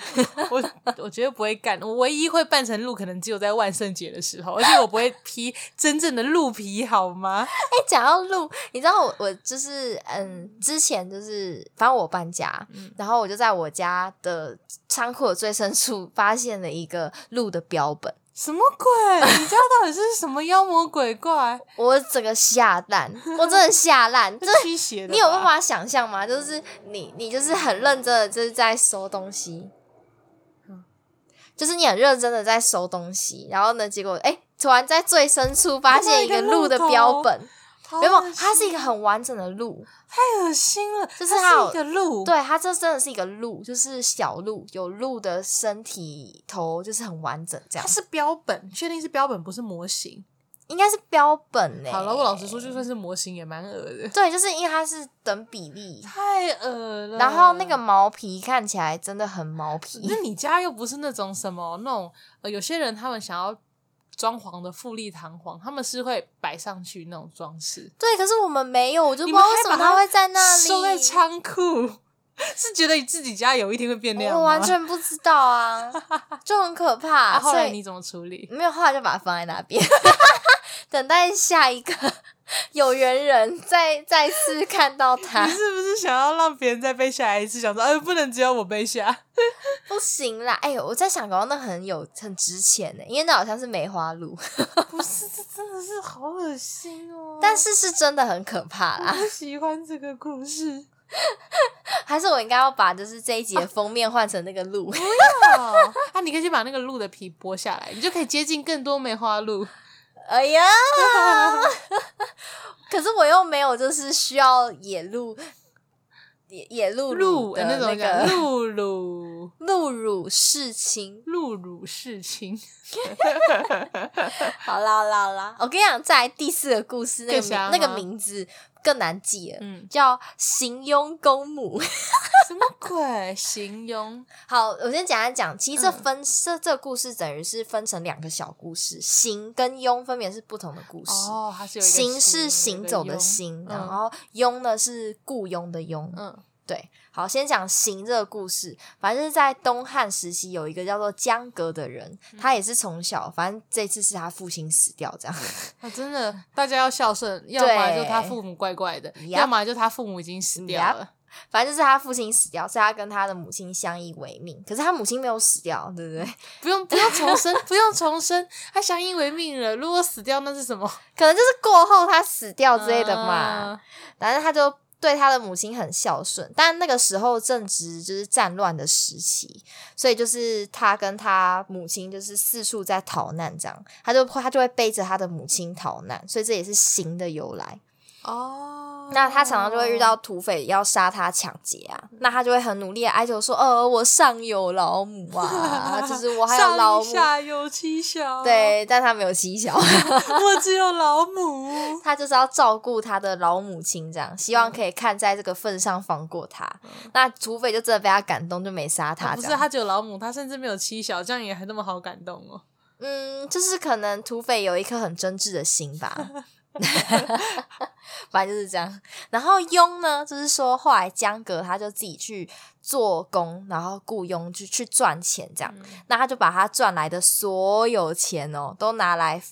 Speaker 5: 我我我绝对不会干，我唯一会扮成鹿，可能只有在万圣节的时候，而且我不会披真正的鹿皮，好吗？
Speaker 4: 哎、讲到鹿，你知道我我就是嗯，之前就是反正我搬家，然后我就在我家的仓库的最深处发现了一个鹿的标本，
Speaker 5: 什么鬼？你家到底是什么妖魔鬼 怪？
Speaker 4: 我整个吓烂，我真的吓烂，真的
Speaker 5: 驱邪的吧？
Speaker 4: 你有办法想象吗？就是你，你就是很认真的，就是在收东西，嗯就是你很认真的在收东西，然后呢，结果哎、突然在最深处发现一个鹿的标本，
Speaker 5: 好
Speaker 4: 没有
Speaker 5: 恶，心
Speaker 4: 它是一个很完整的鹿，
Speaker 5: 太恶心了，
Speaker 4: 就是
Speaker 5: 它
Speaker 4: 它有
Speaker 5: 是一个鹿，，
Speaker 4: 对，它这真的是一个鹿，就是小鹿，有鹿的身体头，就是很完整这
Speaker 5: 它
Speaker 4: 样，
Speaker 5: 是标本，确定是标本，不是模型。
Speaker 4: 应该是标本呢、
Speaker 5: 好了，我老实说，就算是模型也蛮恶的，
Speaker 4: 对，就是因为它是等比例，
Speaker 5: 太恶了。
Speaker 4: 然后那 个。毛皮看起来真的很毛皮，
Speaker 5: 那你家又不是那种什么那种，呃，有些人他们想要装潢的富丽堂皇，他们是会摆上去那种装饰，
Speaker 4: 对，可是我们没有，我就不
Speaker 5: 你
Speaker 4: 知
Speaker 5: 们
Speaker 4: 道
Speaker 5: 还
Speaker 4: 为什么
Speaker 5: 把它
Speaker 4: 它会在那里。
Speaker 5: 收在仓库，是觉得你自己家有一天会变那样
Speaker 4: 我
Speaker 5: 吗
Speaker 4: 完。全不知 道啊，就很可怕。
Speaker 5: 啊、后来
Speaker 4: 所以
Speaker 5: 你怎么处理？
Speaker 4: 没有，后来就把它放在那边， 等待下一个 有缘人再再次 看到它
Speaker 5: 你。是不是想要让别人再被吓一次？想说，呃，不能只有我被吓。
Speaker 4: 不行啦，哎、呦，我在想，搞到那很有很值钱呢、因为那好像是梅花鹿，
Speaker 5: 不是，这真的是好恶心哦！
Speaker 4: 但是是真的很可怕
Speaker 5: 我
Speaker 4: 啦。
Speaker 5: 不喜欢这个故事。
Speaker 4: 还是我应该要把就是这一集的封面换成那个 鹿，
Speaker 5: 哦， 啊，你可以去把那个鹿的皮剥下来，你就可以接近更多梅花鹿。
Speaker 4: 哎呀，
Speaker 5: 啊
Speaker 4: 可是我又没有，就是需要野鹿、野野鹿 哎
Speaker 5: 鹿
Speaker 4: 的
Speaker 5: 呃那种叫
Speaker 4: 个
Speaker 5: 鹿乳
Speaker 4: 鹿乳事情。
Speaker 5: 鹿乳事情，
Speaker 4: 好啦好啦好啦，我跟你讲，在第四个故事那个
Speaker 5: 更瞎
Speaker 4: 名
Speaker 5: 吗
Speaker 4: 那个名字更难记了，
Speaker 5: 嗯，
Speaker 4: 叫行佣公母。
Speaker 5: 什么鬼形容？
Speaker 4: 好，我先简单讲，其实这
Speaker 5: 嗯
Speaker 4: 分、这这个故事等于是分成两个小故事，行跟佣分别是不同的故事。
Speaker 5: 哦，它是有一个
Speaker 4: 行
Speaker 5: 形有
Speaker 4: 是行
Speaker 5: 一个
Speaker 4: 走的
Speaker 5: 庸
Speaker 4: 行，
Speaker 5: 嗯
Speaker 4: 然后佣呢是雇佣的佣，
Speaker 5: 嗯，
Speaker 4: 对，好，先讲行这个故事。反正就是在东汉时期，有一个叫做江革的人，
Speaker 5: 嗯
Speaker 4: 他也是从小，反正这次是他父亲死掉这样。
Speaker 5: 那啊真的大家要孝顺，要么就他父母怪怪的，
Speaker 4: Yup
Speaker 5: 要么就他父母已经死掉了。
Speaker 4: 反正就是他父亲死掉，所以他跟他的母亲相依为命。可是他母亲没有死掉，对不 对？
Speaker 5: 不用不用重生，不用重生，他相依为命了。如果死掉，那是什么
Speaker 4: 可能就是过后他死掉之类的嘛。
Speaker 5: 啊
Speaker 4: 反正他就对他的母亲很孝顺，但那个时候正值就是战乱的时期，所以就是他跟他母亲就是四处在逃难，这样他就他就会背着他的母亲逃难，所以这也是行的由来。
Speaker 5: 哦，
Speaker 4: 那他常常就会遇到土匪要杀他抢劫啊，那他就会很努力的哀求说：“呃，我上有老母啊，就是我还有
Speaker 5: 上
Speaker 4: 老
Speaker 5: 有
Speaker 4: 母。
Speaker 5: 下有妻小，”，
Speaker 4: 对，但他没有妻 小，
Speaker 5: 我只有老母。
Speaker 4: 他就是要照顾他的老母亲，这样希
Speaker 5: 嗯
Speaker 4: 望可以看在这个份上放过他。那土匪就真的被他感动，就没杀 他。
Speaker 5: 啊不
Speaker 4: 这
Speaker 5: 是
Speaker 4: 样
Speaker 5: 他只有老母，他甚至没有妻小，这样也还那么好感动哦。
Speaker 4: 嗯，就是可能土匪有一颗很真挚的心吧， 反正就是这样。然后佣呢，就是说后来江革他就自己去做工，然后雇佣去去赚钱
Speaker 5: 嗯
Speaker 4: 这样。那他就把他赚来的所有钱哦，都拿来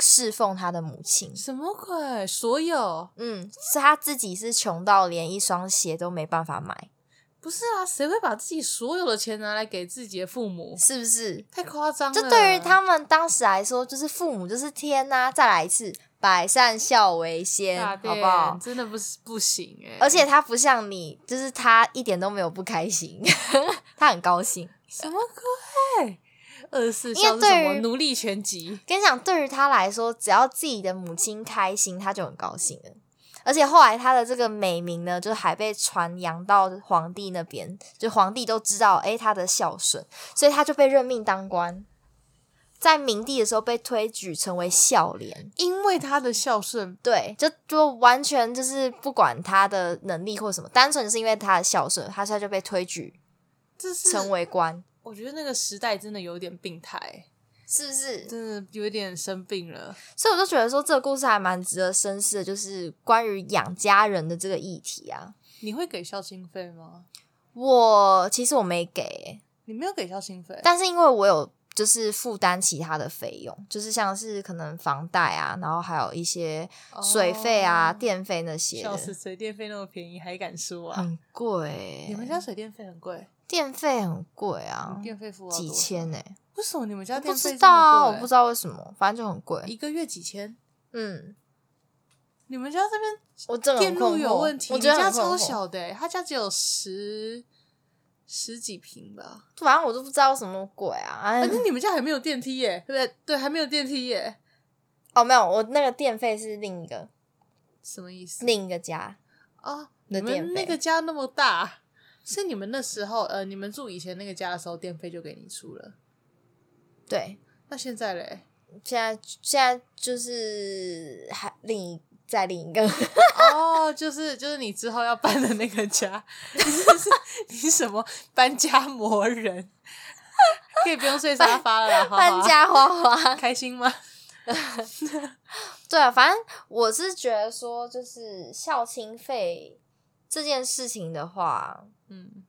Speaker 4: 侍奉他的母亲。
Speaker 5: 什么鬼？所有
Speaker 4: 嗯，是他自己是穷到连一双鞋都没办法买，
Speaker 5: 不是啊？谁会把自己所有的钱拿来给自己的父母？
Speaker 4: 是不是？
Speaker 5: 太夸张了！
Speaker 4: 这对于他们当时来说，就是父母就是天呐、再来一次，百善孝为先，
Speaker 5: 大
Speaker 4: 好
Speaker 5: 便
Speaker 4: 不好？
Speaker 5: 真的不是不行哎、
Speaker 4: 而且他不像你，就是他一点都没有不开心， 他很高兴。
Speaker 5: 什么鬼？二十四
Speaker 4: 因为
Speaker 5: 孝是什
Speaker 4: 对
Speaker 5: 么
Speaker 4: 于
Speaker 5: 奴隶全集？
Speaker 4: 跟你讲，对于他来说，只要自己的母亲开心，他就很高兴了。而且后来他的这个美名呢，就还被传扬到皇帝那边，就皇帝都知道，诶，他的孝顺，所以他就被任命当官。在明帝的时候被推举成为孝廉。
Speaker 5: 因为他的孝顺，
Speaker 4: 对，就就完全就是不管他的能力或什么，单纯是因为他的孝顺，他现在就被推举
Speaker 5: 这是
Speaker 4: 成为官，
Speaker 5: 我觉得那个时代真的有点病态，
Speaker 4: 是不是？
Speaker 5: 真的有点生病了。
Speaker 4: 所以我就觉得说这个故事还蛮值得深思的，就是关于养家人的这个议题啊。
Speaker 5: 你会给孝心费吗？
Speaker 4: 我其实我没给、欸
Speaker 5: 你没有给孝心费，
Speaker 4: 但是因为我有就是负担其他的费用，就是像是可能房贷啊，然后还有一些水费啊、
Speaker 5: 哦
Speaker 4: 电费那些的
Speaker 5: 笑死，水电费那么便宜还敢说啊？
Speaker 4: 很贵、欸
Speaker 5: 你们家水电费很贵，
Speaker 4: 电费很贵啊，
Speaker 5: 电费付到
Speaker 4: 几
Speaker 5: 多少？
Speaker 4: 千呢、
Speaker 5: 为什么你们家
Speaker 4: 我不
Speaker 5: 电
Speaker 4: 知
Speaker 5: 费
Speaker 4: 道啊，我不
Speaker 5: 知
Speaker 4: 知道为什么，反正就很
Speaker 5: 一
Speaker 4: 贵。
Speaker 5: 个月几千？
Speaker 4: 嗯，
Speaker 5: 你们家这边
Speaker 4: 我真的很
Speaker 5: 电路
Speaker 4: 困惑
Speaker 5: 有问题，
Speaker 4: 我觉得
Speaker 5: 你家
Speaker 4: 很困惑
Speaker 5: 超，小的、欸，他家只有十十几平吧。
Speaker 4: 反正我都不知道为什么那么贵啊。哎
Speaker 5: 反正、你们家还没有电梯耶、对不对？对，还没有电梯耶、
Speaker 4: 哦，没有，我那个电费是另一个
Speaker 5: 什么意思？
Speaker 4: 另一个家，
Speaker 5: 啊，你
Speaker 4: 的电
Speaker 5: 们
Speaker 4: 费
Speaker 5: 那个家那么大，是你们那时候呃，你们住以前那个家的时候，电费就给你出了。
Speaker 4: 对，
Speaker 5: 那现在嘞？
Speaker 4: 现在现在就是还另一再另一个。
Speaker 5: 哦，就是就是你之后要搬的那个家，你是是你什么搬家魔人？可以不用睡沙发了啦，花花
Speaker 4: 搬家花花。
Speaker 5: 开心吗？
Speaker 4: 对啊，反正我是觉得说，就是校庆费这件事情的话，
Speaker 5: 嗯，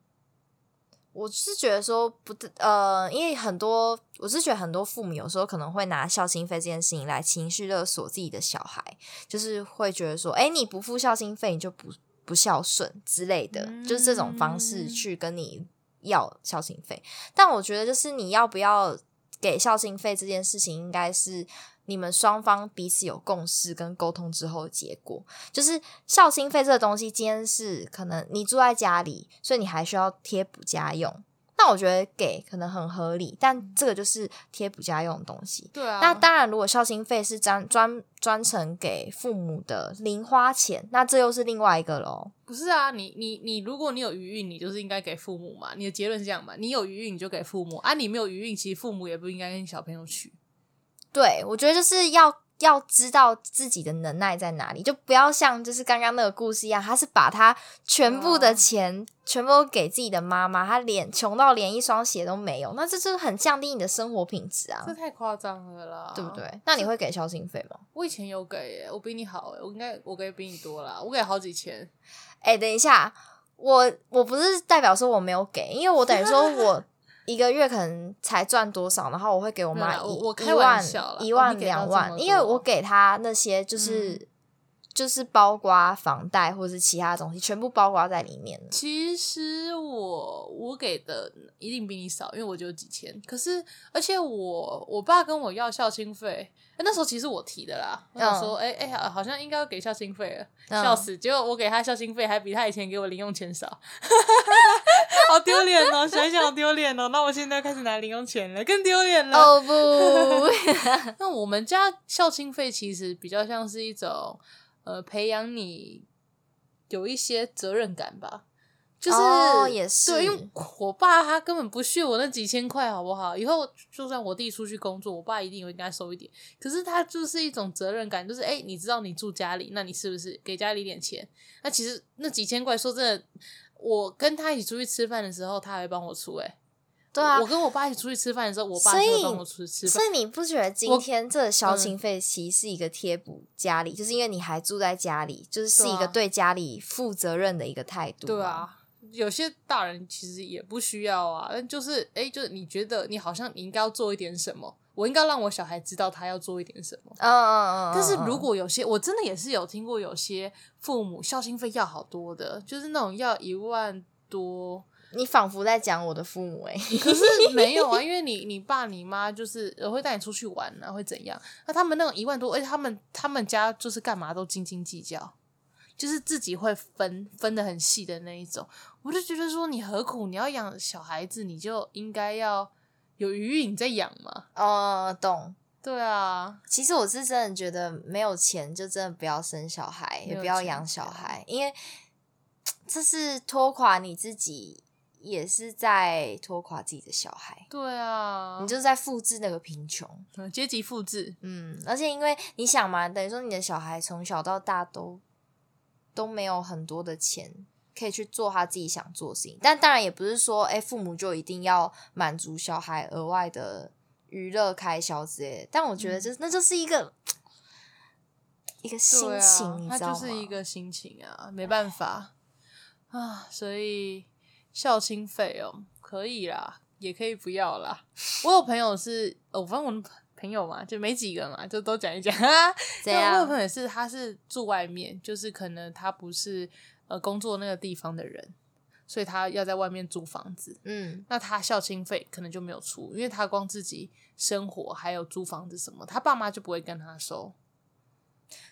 Speaker 4: 我是觉得说不对，呃，因为很多，我是觉得很多父母有时候可能会拿孝心费这件事情来情绪勒索自己的小孩，就是会觉得说，哎，你不付孝心费，你就不不孝顺之类的，
Speaker 5: 嗯
Speaker 4: 就是这种方式去跟你要孝心费。但我觉得，就是你要不要给孝心费这件事情，应该是你们双方彼此有共识跟沟通之后的结果。就是孝心费这个东西，今天是可能你住在家里，所以你还需要贴补家用。那我觉得给可能很合理，但这个就是贴补家用的东西。
Speaker 5: 对啊。
Speaker 4: 那当然，如果孝心费是专专专程给父母的零花钱，那这又是另外一个喽。
Speaker 5: 不是啊，你你你，如果你有余韵，你就是应该给父母嘛。你的结论是这样嘛？你有余韵你就给父母啊，你没有余韵，其实父母也不应该跟小朋友取。
Speaker 4: 对，我觉得就是要要知道自己的能耐在哪里，就不要像就是刚刚那个故事一样，他是把他全部的钱、全部都给自己的妈妈，他连穷到连一双鞋都没有，那这就是很降低你的生活品质啊
Speaker 5: 这，太夸张了啦，
Speaker 4: 对不？对？那你会给孝心费吗？
Speaker 5: 我以前有给耶、我比你好耶、我应该我给比你多啦，我给好几千。
Speaker 4: 哎、等一下，我我不是代表说我没有给，因为我等于说 我一个月可能才赚多少，然后我会给我
Speaker 5: 没
Speaker 4: 妈
Speaker 5: 有啦
Speaker 4: 一
Speaker 5: 我我
Speaker 4: 一
Speaker 5: 开玩
Speaker 4: 万
Speaker 5: 笑啦
Speaker 4: 一
Speaker 5: 我
Speaker 4: 万
Speaker 5: 没给到
Speaker 4: 两
Speaker 5: 这
Speaker 4: 万，
Speaker 5: 么
Speaker 4: 因为
Speaker 5: 多
Speaker 4: 我给她那些就是、
Speaker 5: 嗯
Speaker 4: 就是包括房贷或是其他东西，全部包括在里面了。
Speaker 5: 其实我我给的一定比你少，因为我只有几千。可是，而且我我爸跟我要孝心费、哎那时候其实我提的啦。我想说，哎、哎、好好像应该要给孝心费了，
Speaker 4: 嗯
Speaker 5: 笑死！结果我给他孝心费还比他以前给我零用钱少， 好丢脸哦！想一想好丢脸哦。那我现在开始拿零用钱了，更丢脸了。
Speaker 4: 哦不，
Speaker 5: 那我们家校庆费其实比较像是一种呃培养你有一些责任感吧，就是、
Speaker 4: 哦也是
Speaker 5: 对，因为我爸他根本不屑我那几千块，好不好？以后就算我弟出去工作，我爸一定也会给他收一点。可是他就是一种责任感，就是哎、你知道你住家里，那你是不是给家里一点钱？那其实那几千块，说真的，我跟他一起出去吃饭的时候，他还会帮我出、哎。
Speaker 4: 对啊
Speaker 5: 我。跟我爸一起出去吃饭的时候，我爸
Speaker 4: 所
Speaker 5: 就
Speaker 4: 以
Speaker 5: 会帮我出去吃饭
Speaker 4: 所。以你不觉得今
Speaker 5: 我
Speaker 4: 天这个消
Speaker 5: 嗯
Speaker 4: 情费其实是一个贴补家里，就是因为你还住在家里，就是是
Speaker 5: 对
Speaker 4: 一个
Speaker 5: 啊
Speaker 4: 对家里负责任的一个态度。
Speaker 5: 对，啊，有些大人其实也不需要啊，但就是哎、诶就是你觉得你好像你应该要做一点什么，我应该让我小孩知道他要做一点什么。
Speaker 4: 嗯嗯嗯。
Speaker 5: 但是
Speaker 4: 嗯
Speaker 5: 如果有些，我真的也是有听过有些父母孝心费要好多的，就是那种要一万多，
Speaker 4: 你仿佛在讲我的父母哎、欸，
Speaker 5: 可是没有啊，因为你你爸你妈就是呃会带你出去玩啊，会怎样？那他们那种一万多，而且他们他们家就是干嘛都斤斤计较，就是自己会分分的很细的那一种。我就觉得说，你何苦你要养小孩子，你就应该要有余韵你再养嘛。
Speaker 4: 哦，懂。
Speaker 5: 对啊，
Speaker 4: 其实我是真的觉得没有钱就真的不要生小孩，
Speaker 5: 没有啊
Speaker 4: 也不要
Speaker 5: 钱
Speaker 4: 养小
Speaker 5: 不要
Speaker 4: 孩，因为这是拖垮你自己也是在拖垮自己的小孩，
Speaker 5: 对啊，
Speaker 4: 你就是在复制那个贫穷。
Speaker 5: 嗯阶级复制，
Speaker 4: 嗯，而且因为你想嘛，等于说你的小孩从小到大都都没有很多的钱可以去做他自己想做的事情，但当然也不是说，哎、父母就一定要满足小孩额外的娱乐开销之类的。但我觉
Speaker 5: 嗯
Speaker 4: 得就是、那就是一个一个心
Speaker 5: 对
Speaker 4: 情，
Speaker 5: 啊、
Speaker 4: 你
Speaker 5: 他
Speaker 4: 知道
Speaker 5: 就
Speaker 4: 吗？
Speaker 5: 是一个心情啊，没办法啊，所以孝亲费哦，可以啦，也可以不要啦。我有朋友是，哦，反正我的朋友嘛，就没几个嘛，就都讲一 讲啊。
Speaker 4: 怎
Speaker 5: 但我有朋
Speaker 4: 样？
Speaker 5: 友也是，他是住外面，就是可能他不是呃工作那个地方的人，所以他要在外面租房子。
Speaker 4: 嗯，
Speaker 5: 那他孝亲费可能就没有出，因为他光自己生活还有租房子什么，他爸妈就不会跟他收。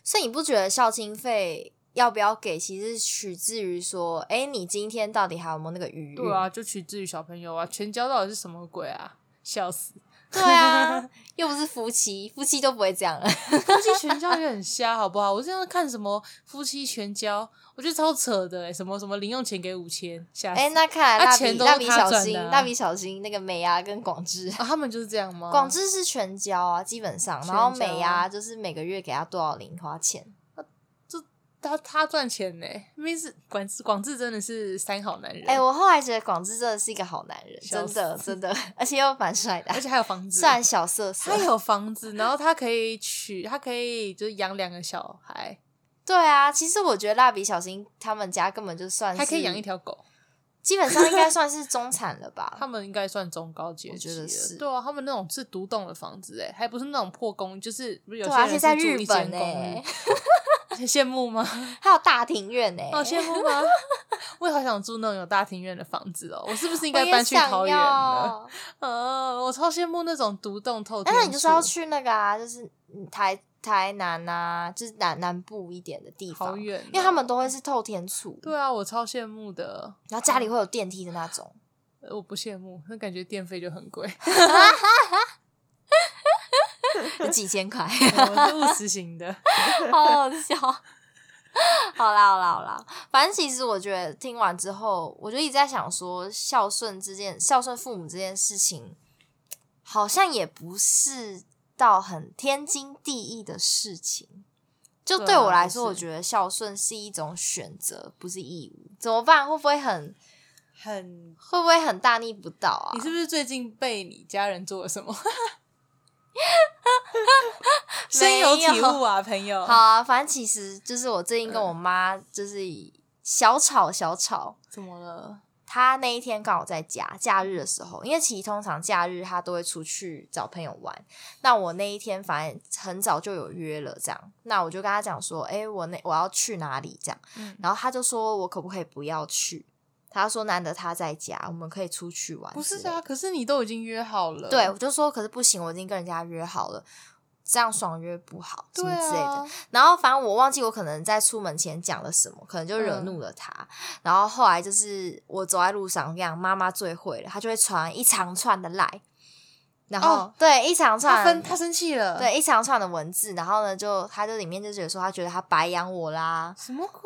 Speaker 4: 所以你不觉得孝亲费？要不要给？其实取自于说，哎、你今天到底还有没有那个余裕？
Speaker 5: 对啊，就取之于小朋友啊，全交到底是什么鬼啊？笑死！
Speaker 4: 对啊，又不是夫妻，夫妻都不会这样。
Speaker 5: 夫妻全交也很瞎，好不好？我之前看什么夫妻全交，我觉得超扯的、欸、什么什么零用钱给五千，吓死！
Speaker 4: 哎、那看来
Speaker 5: 那
Speaker 4: 蜡
Speaker 5: 钱
Speaker 4: 笔
Speaker 5: 都是
Speaker 4: 蜡笔
Speaker 5: 他
Speaker 4: 小
Speaker 5: 赚
Speaker 4: 新
Speaker 5: 的啊，
Speaker 4: 蜡笔小新那个美牙跟广志，
Speaker 5: 啊、他们就是这样吗？
Speaker 4: 广志是全交啊，基本上，
Speaker 5: 全
Speaker 4: 然后
Speaker 5: 交啊
Speaker 4: 美牙就是每个月给他多少零花钱，
Speaker 5: 他他赚钱呢、欸，明明是广志广志真的是三好男人，
Speaker 4: 哎、我后来觉得广志真的是一个好男人，
Speaker 5: 笑
Speaker 4: 真的真的，而且又蛮帅的啊
Speaker 5: 而，且还有房子
Speaker 4: 虽，然小色色
Speaker 5: 他，有房子，然后他可以娶，他可以就是养两个小 孩，
Speaker 4: 对啊，其实我觉得蜡笔小新他们家根本就算是
Speaker 5: 还可以养一，条狗，
Speaker 4: 基本上应该算是中产了吧，
Speaker 5: 他们应该算中高阶
Speaker 4: 我
Speaker 5: 级
Speaker 4: 觉得
Speaker 5: 了。
Speaker 4: 是
Speaker 5: 对啊，他们那种是独栋的房子，哎，还不是那种破公寓，就是有
Speaker 4: 对
Speaker 5: 些
Speaker 4: 啊，而
Speaker 5: 人
Speaker 4: 且
Speaker 5: 是
Speaker 4: 在
Speaker 5: 住
Speaker 4: 日
Speaker 5: 一间
Speaker 4: 本欸
Speaker 5: 公
Speaker 4: 呢、
Speaker 5: 寓， 羡慕吗？
Speaker 4: 还有大庭院呢、欸
Speaker 5: 好羡慕吗？ 我也好想住那种有大庭院的房子哦，我是不是应
Speaker 4: 我
Speaker 5: 该
Speaker 4: 也
Speaker 5: 搬去
Speaker 4: 想
Speaker 5: 桃园了？
Speaker 4: 要
Speaker 5: 呃，我超羡慕那种独栋透天
Speaker 4: 但
Speaker 5: 厝。
Speaker 4: 是你就是要去那个啊，就是嗯台台南啊，就是南南部一点的地
Speaker 5: 好
Speaker 4: 方，因
Speaker 5: 远哦，
Speaker 4: 为他们都会是透天厝，
Speaker 5: 对啊，我超羡慕的。
Speaker 4: 然后家里会有电梯的那 种。
Speaker 5: 呃我不羡慕，那感觉电费就很 贵。
Speaker 4: 有几千块，
Speaker 5: 呃我是务实型的，
Speaker 4: 好好笑。好啦好啦好啦，反正其实我觉得听完之后，我就一直在想说，孝顺这件孝顺父母这件事情，好像也不是到很天经地义的事情。就
Speaker 5: 对啊
Speaker 4: 对我来
Speaker 5: 不
Speaker 4: 说，
Speaker 5: 是
Speaker 4: 我觉得孝顺是一种选择，不是义务。怎么办？会不会很
Speaker 5: 很。
Speaker 4: 会不会很大逆不道啊
Speaker 5: 你？是不是最近被你家人做了什 么？深有体悟啊，朋友。
Speaker 4: 好，啊，反正其实就是我最近
Speaker 5: 嗯
Speaker 4: 跟我妈就是小吵小吵，
Speaker 5: 怎么了？
Speaker 4: 他那一天刚好在家，假日的时候，因为其实通常假日他都会出去找朋友玩。那我那一天反正很早就有约了，这样，那我就跟他讲说，诶，我那我要去哪里这样，
Speaker 5: 嗯
Speaker 4: 然后他就说我可不可以不要去？他说难得他在家，我们可以出去玩之
Speaker 5: 不
Speaker 4: 类的。
Speaker 5: 是啊，可是你都已经约好了。啊
Speaker 4: 对，我就说可是不行，我已经跟人家约好了，这样爽约不好，什
Speaker 5: 对
Speaker 4: 么
Speaker 5: 啊，
Speaker 4: 之类的。然后反正我忘记我可能在出门前讲了什么，可能就惹
Speaker 5: 嗯
Speaker 4: 怒了他。然后后来就是我走在路上，我跟你讲，妈妈最会了，她就会传一长串的赖，然后、
Speaker 5: 哦
Speaker 4: 对一长
Speaker 5: 他
Speaker 4: 串
Speaker 5: 分他生气了。，
Speaker 4: 对一长串的文字，然后呢就她就里面就觉得说她觉得她白养我啦，
Speaker 5: 什么鬼？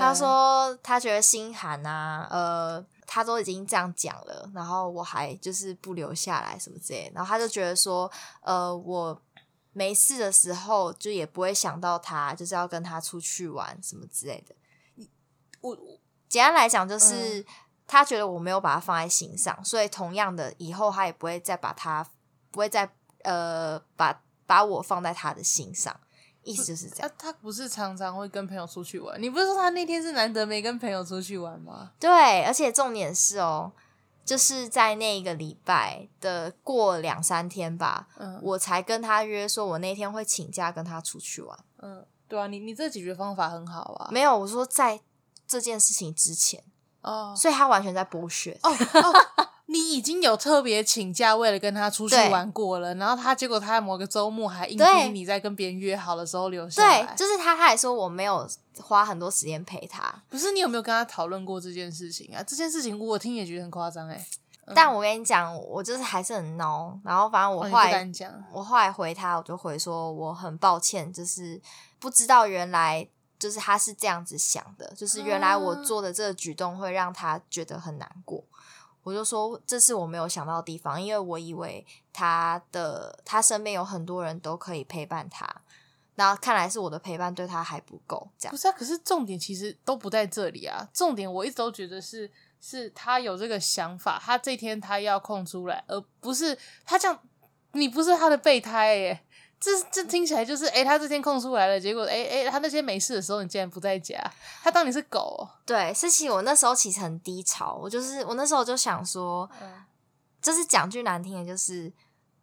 Speaker 4: 她说她觉得心寒啊，呃。她都已经这样讲了，然后我还就是不留下来什么之类的，然后她就觉得说，呃，我没事的时候就也不会想到他，就是要跟他出去玩什么之类的。
Speaker 5: 我
Speaker 4: 简单来讲，就是、他觉得我没有把他放在心上，所以同样的，以后他也不会再把他，不会再呃把把我放在他的心上，意思就是这
Speaker 5: 啊
Speaker 4: 样。，
Speaker 5: 他不是常常会跟朋友出去玩？你不是说他那天是难得没跟朋友出去玩吗？
Speaker 4: 对，而且重点是哦，就是在那一个礼拜的过两三天吧，
Speaker 5: 嗯，
Speaker 4: 我才跟他约说，我那天会请假跟他出去玩。
Speaker 5: 嗯，对啊，你你这解决方法很好啊。
Speaker 4: 没有，我说在这件事情之前，
Speaker 5: 哦，
Speaker 4: 所以他完全在剥削。
Speaker 5: 哦，哦你已经有特别请假，为了跟他出去
Speaker 4: 对
Speaker 5: 玩过了，然后他结果他某个周末还硬
Speaker 4: 对
Speaker 5: 逼你在跟别人约好的时候留下来。
Speaker 4: 对，就是他，他还说我没有花很多时间陪他，
Speaker 5: 不是你有没有跟他讨论过这件事情啊？这件事情我听也觉得很夸张哎，
Speaker 4: 但我跟你讲，我就是还是很孬。然后反正我
Speaker 5: 哦、你
Speaker 4: 后
Speaker 5: 不
Speaker 4: 来、
Speaker 5: 敢讲，
Speaker 4: 我后来回他，我就回说我很抱歉，就是不知道原来。就是他是这样子想的，就是原来我做的这个举动会让他觉得很难过。我就说这是我没有想到的地方，因为我以为他的他身边有很多人都可以陪伴他，然后看来是我的陪伴对他还不够，这样
Speaker 5: 不。是啊，可是重点其实都不在这里啊。重点我一直都觉得是，是他有这个想法，他这天他要空出来，而不是他这样。你不是他的备胎耶，这这听起来就是，哎、他这天空出来了，结果，哎、哎、他那天没事的时候，你竟然不在家，他当你是狗哦、
Speaker 4: 对，是其实我那时候其实很低潮，我就是我那时候就想说，
Speaker 5: 嗯
Speaker 4: 就是讲句难听的，就是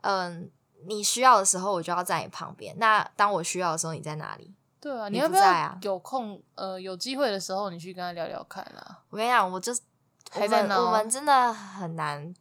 Speaker 4: 嗯，你需要的时候我就要在你旁边，那当我需要的时候你在哪里？
Speaker 5: 对啊，
Speaker 4: 你
Speaker 5: 要
Speaker 4: 不
Speaker 5: 不
Speaker 4: 在啊
Speaker 5: 要有空，呃，有机会的时候，你去跟他聊聊看啊。
Speaker 4: 我跟你讲，我就是
Speaker 5: 还在
Speaker 4: 我们
Speaker 5: 闹
Speaker 4: 我们真的很难。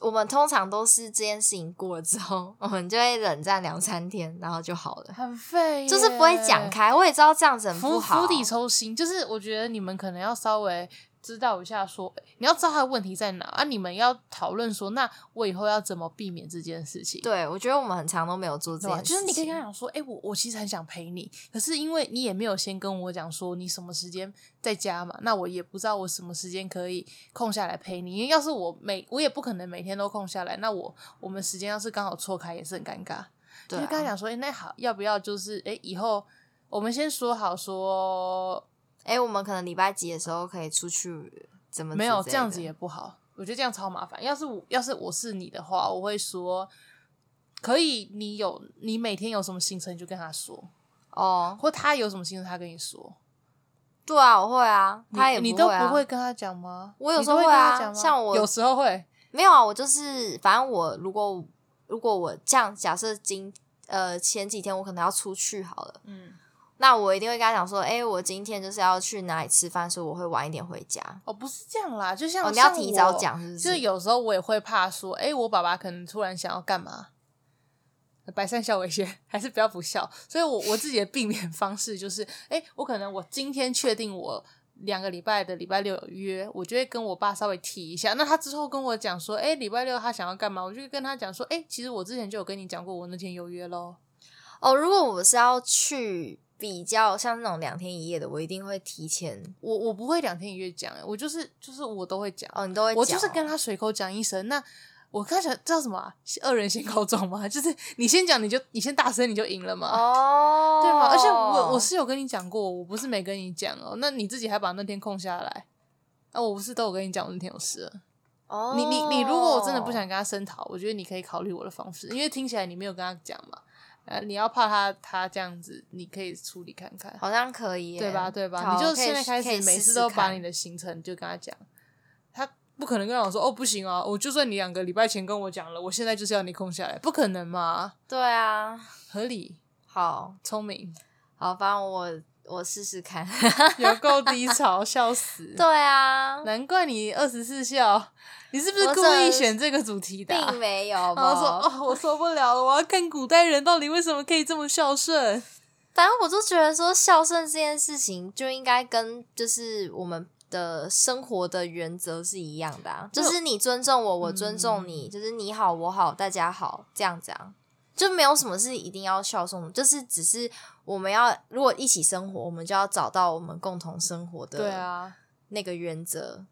Speaker 4: 我们通常都是这件事情过了之后，我们就会冷战两三天，然后就好了，
Speaker 5: 很废耶，
Speaker 4: 就是不会讲开。我也知道这样子很
Speaker 5: 釜
Speaker 4: 不好，啊
Speaker 5: 釜底抽薪，就是我觉得你们可能要稍微知道一下说，你要知道他的问题在哪啊，你们要讨论说，那我以后要怎么避免这件事情？。
Speaker 4: 对我觉得我们很常都没有做这
Speaker 5: 对吧
Speaker 4: 件事情。
Speaker 5: 啊就是你可以跟他讲说，哎、我我其实很想陪你，可是因为你也没有先跟我讲说你什么时间在家嘛，那我也不知道我什么时间可以空下来陪你。因为要是我每我也不可能每天都空下来，那我我们时间要是刚好错开也是很尴尬。
Speaker 4: 对啊
Speaker 5: 就跟他讲说，哎、那好，要不要就是哎、以后我们先说好说，
Speaker 4: 哎、我们可能礼拜几的时候可以出去，怎么
Speaker 5: 没有这样
Speaker 4: 子
Speaker 5: 子也不好，我觉得这样超麻烦。要是我要是我是你的话，我会说，可以，你有你每天有什么行程你就跟他说，
Speaker 4: 哦，
Speaker 5: 或他有什么行程他跟你说，
Speaker 4: 对啊，我会啊，
Speaker 5: 你
Speaker 4: 他也
Speaker 5: 你都
Speaker 4: 啊
Speaker 5: 不会跟他讲吗？
Speaker 4: 我有
Speaker 5: 你
Speaker 4: 时候
Speaker 5: 都会
Speaker 4: 会
Speaker 5: 跟他
Speaker 4: 啊
Speaker 5: 讲吗
Speaker 4: 像我
Speaker 5: 有时候会，
Speaker 4: 没有啊，我就是反正我如果如果我这样假设今呃前几天我可能要出去好了，
Speaker 5: 嗯，
Speaker 4: 那我一定会跟他讲说，哎、我今天就是要去哪里吃饭，所以我会晚一点回家。
Speaker 5: 哦，不是这样啦，就像、
Speaker 4: 哦，你要
Speaker 5: 像
Speaker 4: 提
Speaker 5: 我
Speaker 4: 早讲是不
Speaker 5: 就是
Speaker 4: 是？
Speaker 5: 有时候我也会怕说，哎、我爸爸可能突然想要干嘛，百善孝为先， 还是不要不孝。所以我我自己的避免方式就是，哎、我可能我今天确定我两个礼拜的礼拜六有约，我就会跟我爸稍微提一下。那他之后跟我讲说，哎、礼拜六他想要干嘛，我就跟他讲说，哎、其实我之前就有跟你讲过，我那天有约喽。
Speaker 4: 哦，如果我是要去比较像那种两天一夜的，我一定会提前
Speaker 5: 我我不会两天一夜讲、诶我就是就是我都会讲。
Speaker 4: 哦，你都会、
Speaker 5: 我就是跟。他随口讲一声。那我刚想叫什么、啊？是恶人先告状吗？ 就是你先讲，你就你先大声，你就赢了嘛。
Speaker 4: 哦，
Speaker 5: 对吗？而且我我是有跟你讲过，我不是没跟你讲哦。那你自己还把那天空下来，啊，我不是都有跟你讲我那天有事了。
Speaker 4: 哦，
Speaker 5: 你你你，如果我真的不想跟他声讨，我觉得你可以考虑我的方式，因为听起来你没有跟他讲嘛。呃，你要怕他他这样子，你可以处理看看，
Speaker 4: 好像可以耶，
Speaker 5: 对吧？对吧？
Speaker 4: 好
Speaker 5: 你就
Speaker 4: 可以
Speaker 5: 现在开
Speaker 4: 可以
Speaker 5: 始，每
Speaker 4: 试
Speaker 5: 次
Speaker 4: 试
Speaker 5: 都把
Speaker 4: 看
Speaker 5: 你的行程就跟他讲，他不可能跟我说哦，不行啊，我就算你两个礼拜前跟我讲了，我现在就是要你空下来，不可能嘛，
Speaker 4: 对啊，
Speaker 5: 合理、
Speaker 4: 好
Speaker 5: 聪明，
Speaker 4: 好，反正我我试试看。
Speaker 5: 有够低潮，笑死。
Speaker 4: 对啊，
Speaker 5: 难怪你二十四孝，你是不是
Speaker 4: 我
Speaker 5: 故
Speaker 4: 真
Speaker 5: 意
Speaker 4: 的
Speaker 5: 选这个主题的啊、
Speaker 4: 并没有好不
Speaker 5: 然后说
Speaker 4: 好，
Speaker 5: 哦，我受不了了，我要看古代人到底为什么可以这么孝顺。
Speaker 4: 反正我就觉得说孝顺这件事情就应该跟就是我们的生活的原则是一样的、啊，就是你尊重我，我尊重你，
Speaker 5: 嗯
Speaker 4: 就是你好我好大家好这样子啊。就没有什么是一定要孝顺的，就是只是我们要如果一起生活，我们就要找到我们共同生活的
Speaker 5: 对啊，
Speaker 4: 那个原则。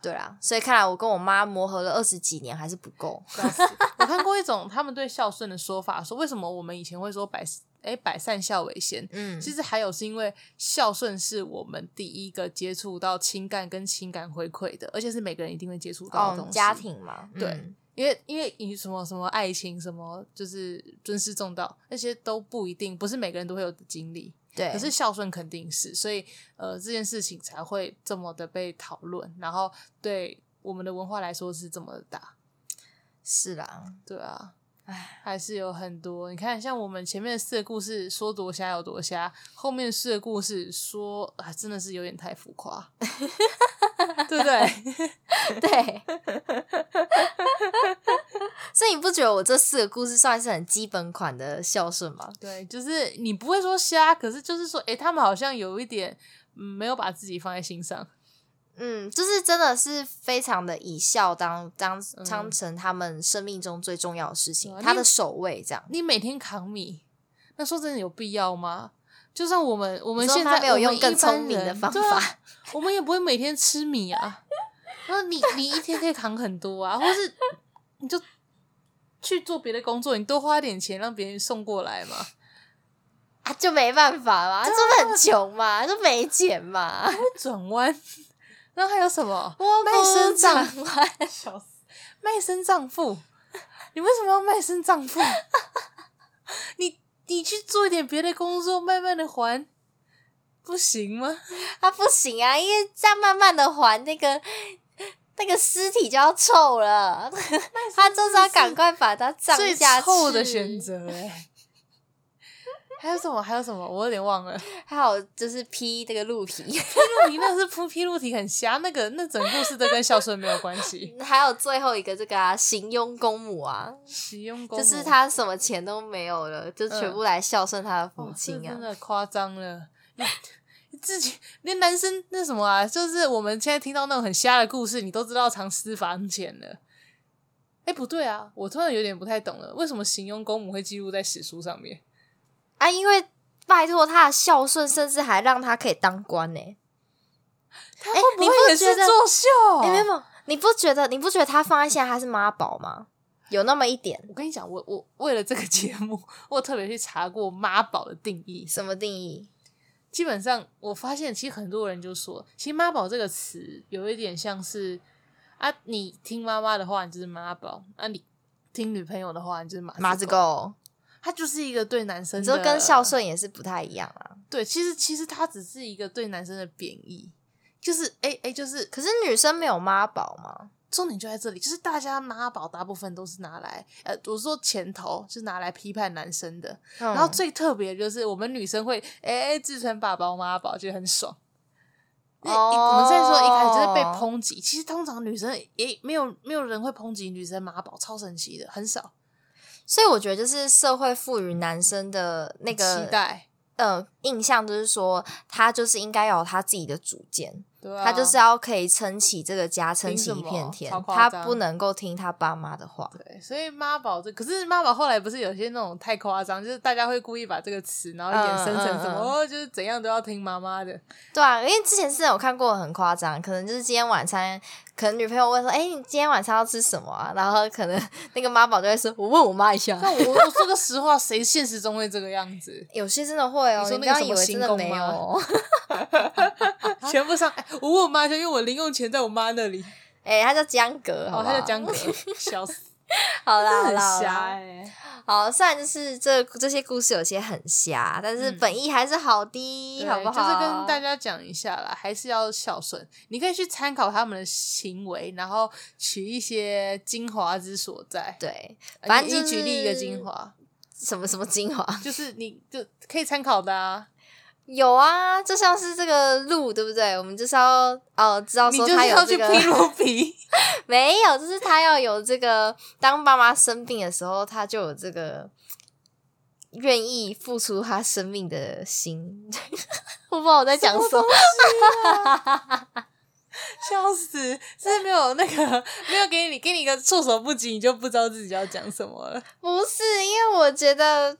Speaker 4: 对啦，所以看来我跟我妈磨合了二十几年还是不够。
Speaker 5: 笑死我看过一种他们对孝顺的说法，说为什么我们以前会说百哎百善孝为先，
Speaker 4: 嗯，
Speaker 5: 其实还有是因为孝顺是我们第一个接触到情感跟情感回馈的，而且是每个人一定会接触到的
Speaker 4: 哦
Speaker 5: 东，西。
Speaker 4: 家，庭嘛，
Speaker 5: 对
Speaker 4: 嗯
Speaker 5: 因为因为你什么什么爱情，什么就是尊师重道，那些都不一定，不是每个人都会有的经历。
Speaker 4: 对，
Speaker 5: 可是孝顺肯定是，所以呃这件事情才会这么的被讨论，然后对我们的文化来说是这么的大，
Speaker 4: 是啦，
Speaker 5: 对啊，
Speaker 4: 唉，
Speaker 5: 还是有很多。你看，像我们前面四个故事说多瞎有多瞎，后面四个故事说啊真的是有点太浮夸，对不对？
Speaker 4: 对。所以你不觉得我这四个故事算是很基本款的孝顺吗？
Speaker 5: 对，就是你不会说瞎，可是就是说，诶，他们好像有一点、嗯没有把自己放在心上。
Speaker 4: 嗯，就是真的是非常的以孝当当
Speaker 5: 嗯
Speaker 4: 当成他们生命中最重要的事情，
Speaker 5: 对啊
Speaker 4: 他
Speaker 5: 你
Speaker 4: 的首位这样。
Speaker 5: 你每天扛米，那说真的有必要吗？就算我们我们
Speaker 4: 你说
Speaker 5: 现
Speaker 4: 他
Speaker 5: 在
Speaker 4: 没有
Speaker 5: 我们
Speaker 4: 用
Speaker 5: 一
Speaker 4: 更
Speaker 5: 般
Speaker 4: 聪明的
Speaker 5: 人
Speaker 4: 方
Speaker 5: 对啊
Speaker 4: 法
Speaker 5: 我们也不会每天吃米啊。那你你一天可以扛很多啊，或是你就去做别的工作，你多花点钱让别人送过来嘛。
Speaker 4: 啊，就没办法嘛，真的很穷嘛，就没钱嘛，
Speaker 5: 转弯，然后还有什么
Speaker 4: 我
Speaker 5: 卖身
Speaker 4: 长
Speaker 5: 丈 笑死，卖身丈夫，你为什么要卖身丈夫？你你去做一点别的工作，慢慢的还，不行吗？
Speaker 4: 啊，不行啊，因为这样慢慢的还那个那个尸体就要臭了，他就是要赶快把它葬
Speaker 5: 最
Speaker 4: 下去。
Speaker 5: 臭的选， 择哎、还有什么？还有什么？我有点忘了。
Speaker 4: 还有就是披这个鹿皮，
Speaker 5: 披露题那是铺披露题很瞎，那个那整故事都跟孝顺没有关系。
Speaker 4: 还有最后一个这个啊，行佣公母啊，
Speaker 5: 使用功
Speaker 4: 就是
Speaker 5: 能
Speaker 4: 他什么钱都没有了，就全部来孝顺他的
Speaker 5: 哇
Speaker 4: 父亲
Speaker 5: 这
Speaker 4: 啊
Speaker 5: 嗯哦真。的夸张了。你 自己连男生那什么啊，就是我们现在听到那种很瞎的故事，你都知道藏私房钱了。哎，不对啊，我突然有点不太懂了，为什么形容公母会记录在史书上面？
Speaker 4: 啊，因为拜托他的孝顺，甚至还让他可以当官呢、
Speaker 5: 他
Speaker 4: 诶
Speaker 5: 会
Speaker 4: 你
Speaker 5: 会
Speaker 4: 不
Speaker 5: 也是哦
Speaker 4: 觉得
Speaker 5: 作秀？啊
Speaker 4: 哎、没有没有，你不觉得你不觉得他放在现在他是妈宝吗？有那么一点
Speaker 5: 我跟你讲，我我为了这个节目，我特别去查过妈宝的定义。
Speaker 4: 什么定义？
Speaker 5: 基本上我发现，其实很多人就说，其实妈宝这个词有一点像是啊，你听妈妈的话，你就是妈宝；啊，你听女朋友的话，你就是马
Speaker 4: 马
Speaker 5: 子
Speaker 4: 子
Speaker 5: 狗。
Speaker 4: 狗，
Speaker 5: 他就是一个对男生
Speaker 4: 你
Speaker 5: 的，
Speaker 4: 说跟孝顺也是不太一样啊。
Speaker 5: 对，其实其实他只是一个对男生的贬义，就是哎哎、诶就是
Speaker 4: 可是女生没有妈宝吗？
Speaker 5: 重点就在这里，就是大家妈宝大部分都是拿来，呃，我说前头是拿来批判男生的，
Speaker 4: 然
Speaker 5: 然后最特别的就是我们女生会哎、自称爸宝妈宝，觉得很爽。因为一我们虽然说一开始就是被
Speaker 4: 哦
Speaker 5: 抨击，其实通常女生也没有没有人会抨击女生妈宝，超神奇的，很少。
Speaker 4: 所以我觉得就是社会赋予男生的那个
Speaker 5: 期待，
Speaker 4: 呃印象，就是说他就是应该要有他自己的主见，
Speaker 5: 对啊，
Speaker 4: 他就是要可以撑起这个家，撑
Speaker 5: 凭
Speaker 4: 起
Speaker 5: 什
Speaker 4: 一片
Speaker 5: 么
Speaker 4: 天
Speaker 5: 超，夸
Speaker 4: 他
Speaker 5: 张
Speaker 4: 不能够听他爸妈的话。
Speaker 5: 对，所以妈宝这可是妈宝后来不是有些那种太夸张，就是大家会故意把这个词然后衍生成什么、
Speaker 4: 嗯嗯嗯
Speaker 5: 哦，就是怎样都要听妈妈的，
Speaker 4: 对啊，因为之前是有看过很夸张，可能就是今天晚餐，可能女朋友问说：“哎、你今天晚餐要吃什么啊？”然后可能 那个妈宝就会说：“我问我妈一下。
Speaker 5: 那我我说个实话，谁现实中会这个样 子”？
Speaker 4: 有些真的会哦，
Speaker 5: 你说
Speaker 4: 你不
Speaker 5: 那个
Speaker 4: 要
Speaker 5: 什
Speaker 4: 以
Speaker 5: 么
Speaker 4: 为
Speaker 5: 行
Speaker 4: 真的
Speaker 5: 宫
Speaker 4: 没有
Speaker 5: 吗
Speaker 4: 哦。
Speaker 5: 全部上，哎我问我妈就因为我零用钱在我妈那里，
Speaker 4: 哎、他叫江格，好
Speaker 5: 哦，
Speaker 4: 不好
Speaker 5: 她叫 江格，笑死，
Speaker 4: 好啦，好
Speaker 5: 很
Speaker 4: 啦，好
Speaker 5: 瞎
Speaker 4: 啦
Speaker 5: 哎、
Speaker 4: 好，虽然就是这这些故事有些很瞎，但是
Speaker 5: 嗯
Speaker 4: 本意还是好的，
Speaker 5: 对
Speaker 4: 好不好？
Speaker 5: 就是跟大家讲一下啦，还是要孝顺。你可以去参考他们的行为，然后取一些精华之所在。
Speaker 4: 对
Speaker 5: 呃
Speaker 4: 反正
Speaker 5: 你
Speaker 4: 就
Speaker 5: 你举例一个
Speaker 4: 是
Speaker 5: 精华，
Speaker 4: 什么什么精华
Speaker 5: 就是你就可以参考的啊。
Speaker 4: 有啊，就像是这个路，对不对？我们就是要哦，知道
Speaker 5: 你
Speaker 4: 说
Speaker 5: 就是
Speaker 4: 他
Speaker 5: 要
Speaker 4: 有
Speaker 5: 去
Speaker 4: 这个
Speaker 5: 披露皮，
Speaker 4: 没有，就是他要有这个，当爸妈生病的时候，他就有这个愿意付出他生命的心。 我不知道我在讲什么，
Speaker 5: 笑死！是没有那个没有给你给你一个措手不及，你就不知道自己要讲什么了。
Speaker 4: 不是因为我觉得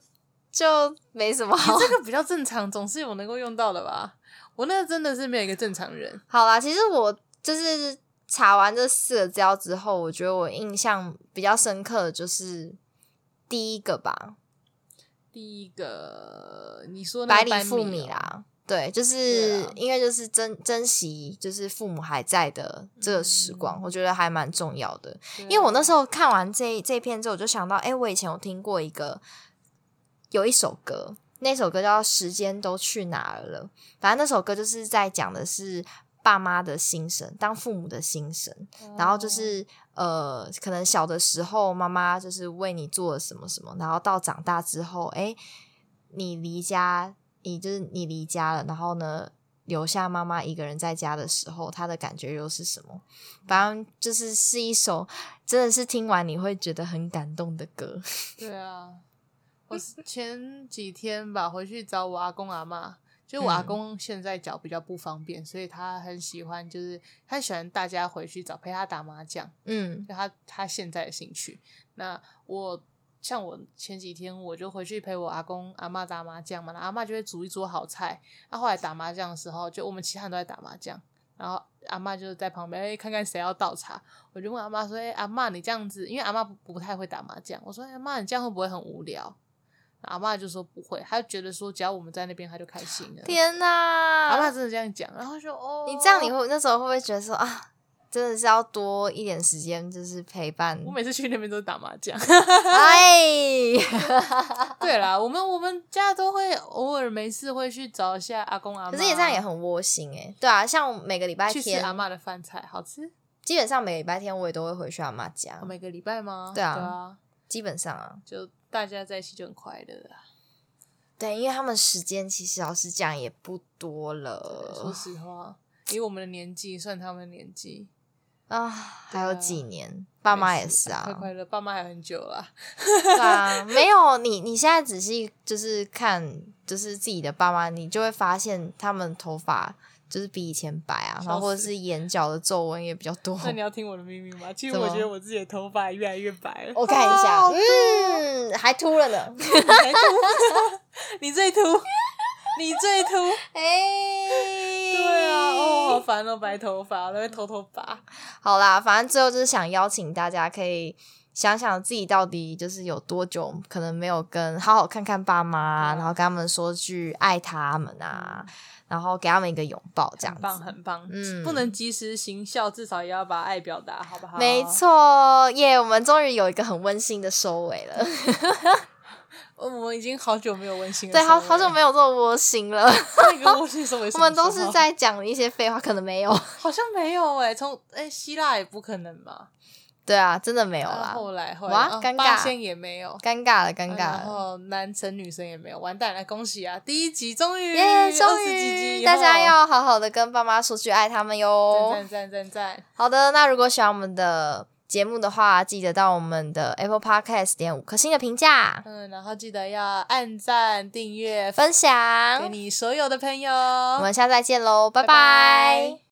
Speaker 4: 就没什么好
Speaker 5: 这个比较正常，总是有能够用到的吧。我那个真的是没有一个正常人，
Speaker 4: 好啦，其实我就是查完这四个资料之后，我觉得我印象比较深刻的就是第一个吧，
Speaker 5: 第一个，你说那
Speaker 4: 百
Speaker 5: 个
Speaker 4: 里
Speaker 5: 班
Speaker 4: 父
Speaker 5: 米
Speaker 4: 母
Speaker 5: 哦，
Speaker 4: 啦。对，就是
Speaker 5: 对啊
Speaker 4: 因为就是珍珍惜，就是父母还在的这个时光，
Speaker 5: 嗯
Speaker 4: 我觉得还蛮重要的。
Speaker 5: 对
Speaker 4: 因为我那时候看完这这篇之后，我就想到，哎、我以前有听过一个有一首歌，那首歌叫《时间都去哪儿了》，反正那首歌就是在讲的是爸妈的心声，当父母的心声。然后就
Speaker 5: 哦
Speaker 4: 是呃，可能小的时候妈妈就是为你做了什么什么，然后到长大之后，哎，你离家，你就是你离家了，然后呢，留下妈妈一个人在家的时候，她的感觉又是什么？反正就是是一首真的是听完你会觉得很感动的歌。
Speaker 5: 对啊，我是前几天吧回去找我阿公阿妈，就我阿
Speaker 4: 嗯
Speaker 5: 公现在脚比较不方便，所以他很喜欢，就是他喜欢大家回去找陪他打麻将，
Speaker 4: 嗯
Speaker 5: 就他他现在的兴趣。那我像我前几天我就回去陪我阿公阿嬷打麻将嘛，然后阿嬷就会煮一桌好菜。那、后来打麻将的时候，就我们其他人都在打麻将，然后阿嬷就在旁边，哎、看看谁要倒茶。我就问阿嬷说，哎、阿嬷你这样子，因为阿嬷不不太会打麻将，我说，哎、阿嬷你这样会不会很无聊？阿嬷就说不会，她就觉得说只要我们在那边，她就开心了。
Speaker 4: 天
Speaker 5: 阿
Speaker 4: 哪
Speaker 5: 嬷！真的这样讲，然后就哦，
Speaker 4: 你这样，你会那时候会不会觉得说啊，真的是要多一点时间，就是陪伴？
Speaker 5: 我每次去那边都是打麻将。
Speaker 4: 哎，
Speaker 5: 对啦，我们我们家都会偶尔没事会去找一下阿公阿妈，
Speaker 4: 可是你这样也很窝心哎、对啊，像我每个礼拜
Speaker 5: 去吃啊
Speaker 4: 天，
Speaker 5: 阿妈的饭菜，好吃。
Speaker 4: 基本上每个礼拜天我也都会回去阿妈家
Speaker 5: 哦，每个礼拜吗？
Speaker 4: 对啊
Speaker 5: 对啊，
Speaker 4: 基本上啊，
Speaker 5: 就大家在一起就很快乐啊。
Speaker 4: 对，因为他们时间其实老实讲也不多
Speaker 5: 对说
Speaker 4: 了
Speaker 5: 实话，以我们的年纪算他们的年纪，
Speaker 4: 啊，还有几年，
Speaker 5: 爸
Speaker 4: 爸妈也是
Speaker 5: 快
Speaker 4: 啊，
Speaker 5: 快乐，爸妈还很久 啦。
Speaker 4: 对啊，没有你，你现在仔细就是看，就是自己的爸妈，你就会发现他们头发就是比以前白啊，然后或者是眼角的皱纹也比较多。
Speaker 5: 那你要听我的秘密吗？其实
Speaker 4: 怎么
Speaker 5: 我觉得我自己的头发越来越白 了。
Speaker 4: 我看一
Speaker 5: 啊
Speaker 4: 下，嗯，还秃了呢，
Speaker 5: 你最秃，你最 秃。
Speaker 4: 哎、
Speaker 5: 对啊，哦，好烦哦，白头发，那边偷偷拔。
Speaker 4: 好啦，反正最后就是想邀请大家可以想想自己到底就是有多久可能没有跟好好看看爸妈，啊
Speaker 5: 嗯
Speaker 4: 然后跟他们说句爱他们啊，然后给他们一个拥抱，这样
Speaker 5: 很棒，
Speaker 4: 子。
Speaker 5: 很棒。
Speaker 4: 嗯
Speaker 5: 不能及时行孝，至少也要把爱表达，好不好？
Speaker 4: 没。错，耶、我们终于有一个很温馨的收尾了。
Speaker 5: 我们已经好久没有温馨了，
Speaker 4: 对，好好久没有这么窝心了。
Speaker 5: 有那个温馨收尾是什
Speaker 4: 我
Speaker 5: 么
Speaker 4: 们
Speaker 5: 时候。
Speaker 4: 都是在讲一些废话，可能没有。
Speaker 5: 好像没有哎、从哎、希腊也不可能嘛，
Speaker 4: 对啊，真的没有
Speaker 5: 然
Speaker 4: 啦
Speaker 5: 后，后来后来
Speaker 4: 哇
Speaker 5: 啊
Speaker 4: 尴尬
Speaker 5: 八仙也没有，
Speaker 4: 尴尬了，尴
Speaker 5: 啊
Speaker 4: 尬
Speaker 5: 然
Speaker 4: 了。
Speaker 5: 后男神女神也没有，完蛋了，恭喜啊！第一集终于
Speaker 4: 耶，终
Speaker 5: 20几集
Speaker 4: 于
Speaker 5: 以
Speaker 4: 大家
Speaker 5: 后
Speaker 4: 要好哦好的跟爸妈说句爱他们哟。
Speaker 5: 赞赞赞赞赞，
Speaker 4: 好的，那如果喜欢我们的节目的话，记得到我们的 Apple Podcast 点五颗星的评价、
Speaker 5: 嗯，然后记得要按赞、订阅、
Speaker 4: 分
Speaker 5: 给
Speaker 4: 享。
Speaker 5: 你所有的朋友，
Speaker 4: 我们下次再见喽，拜
Speaker 5: 拜
Speaker 4: 拜
Speaker 5: 拜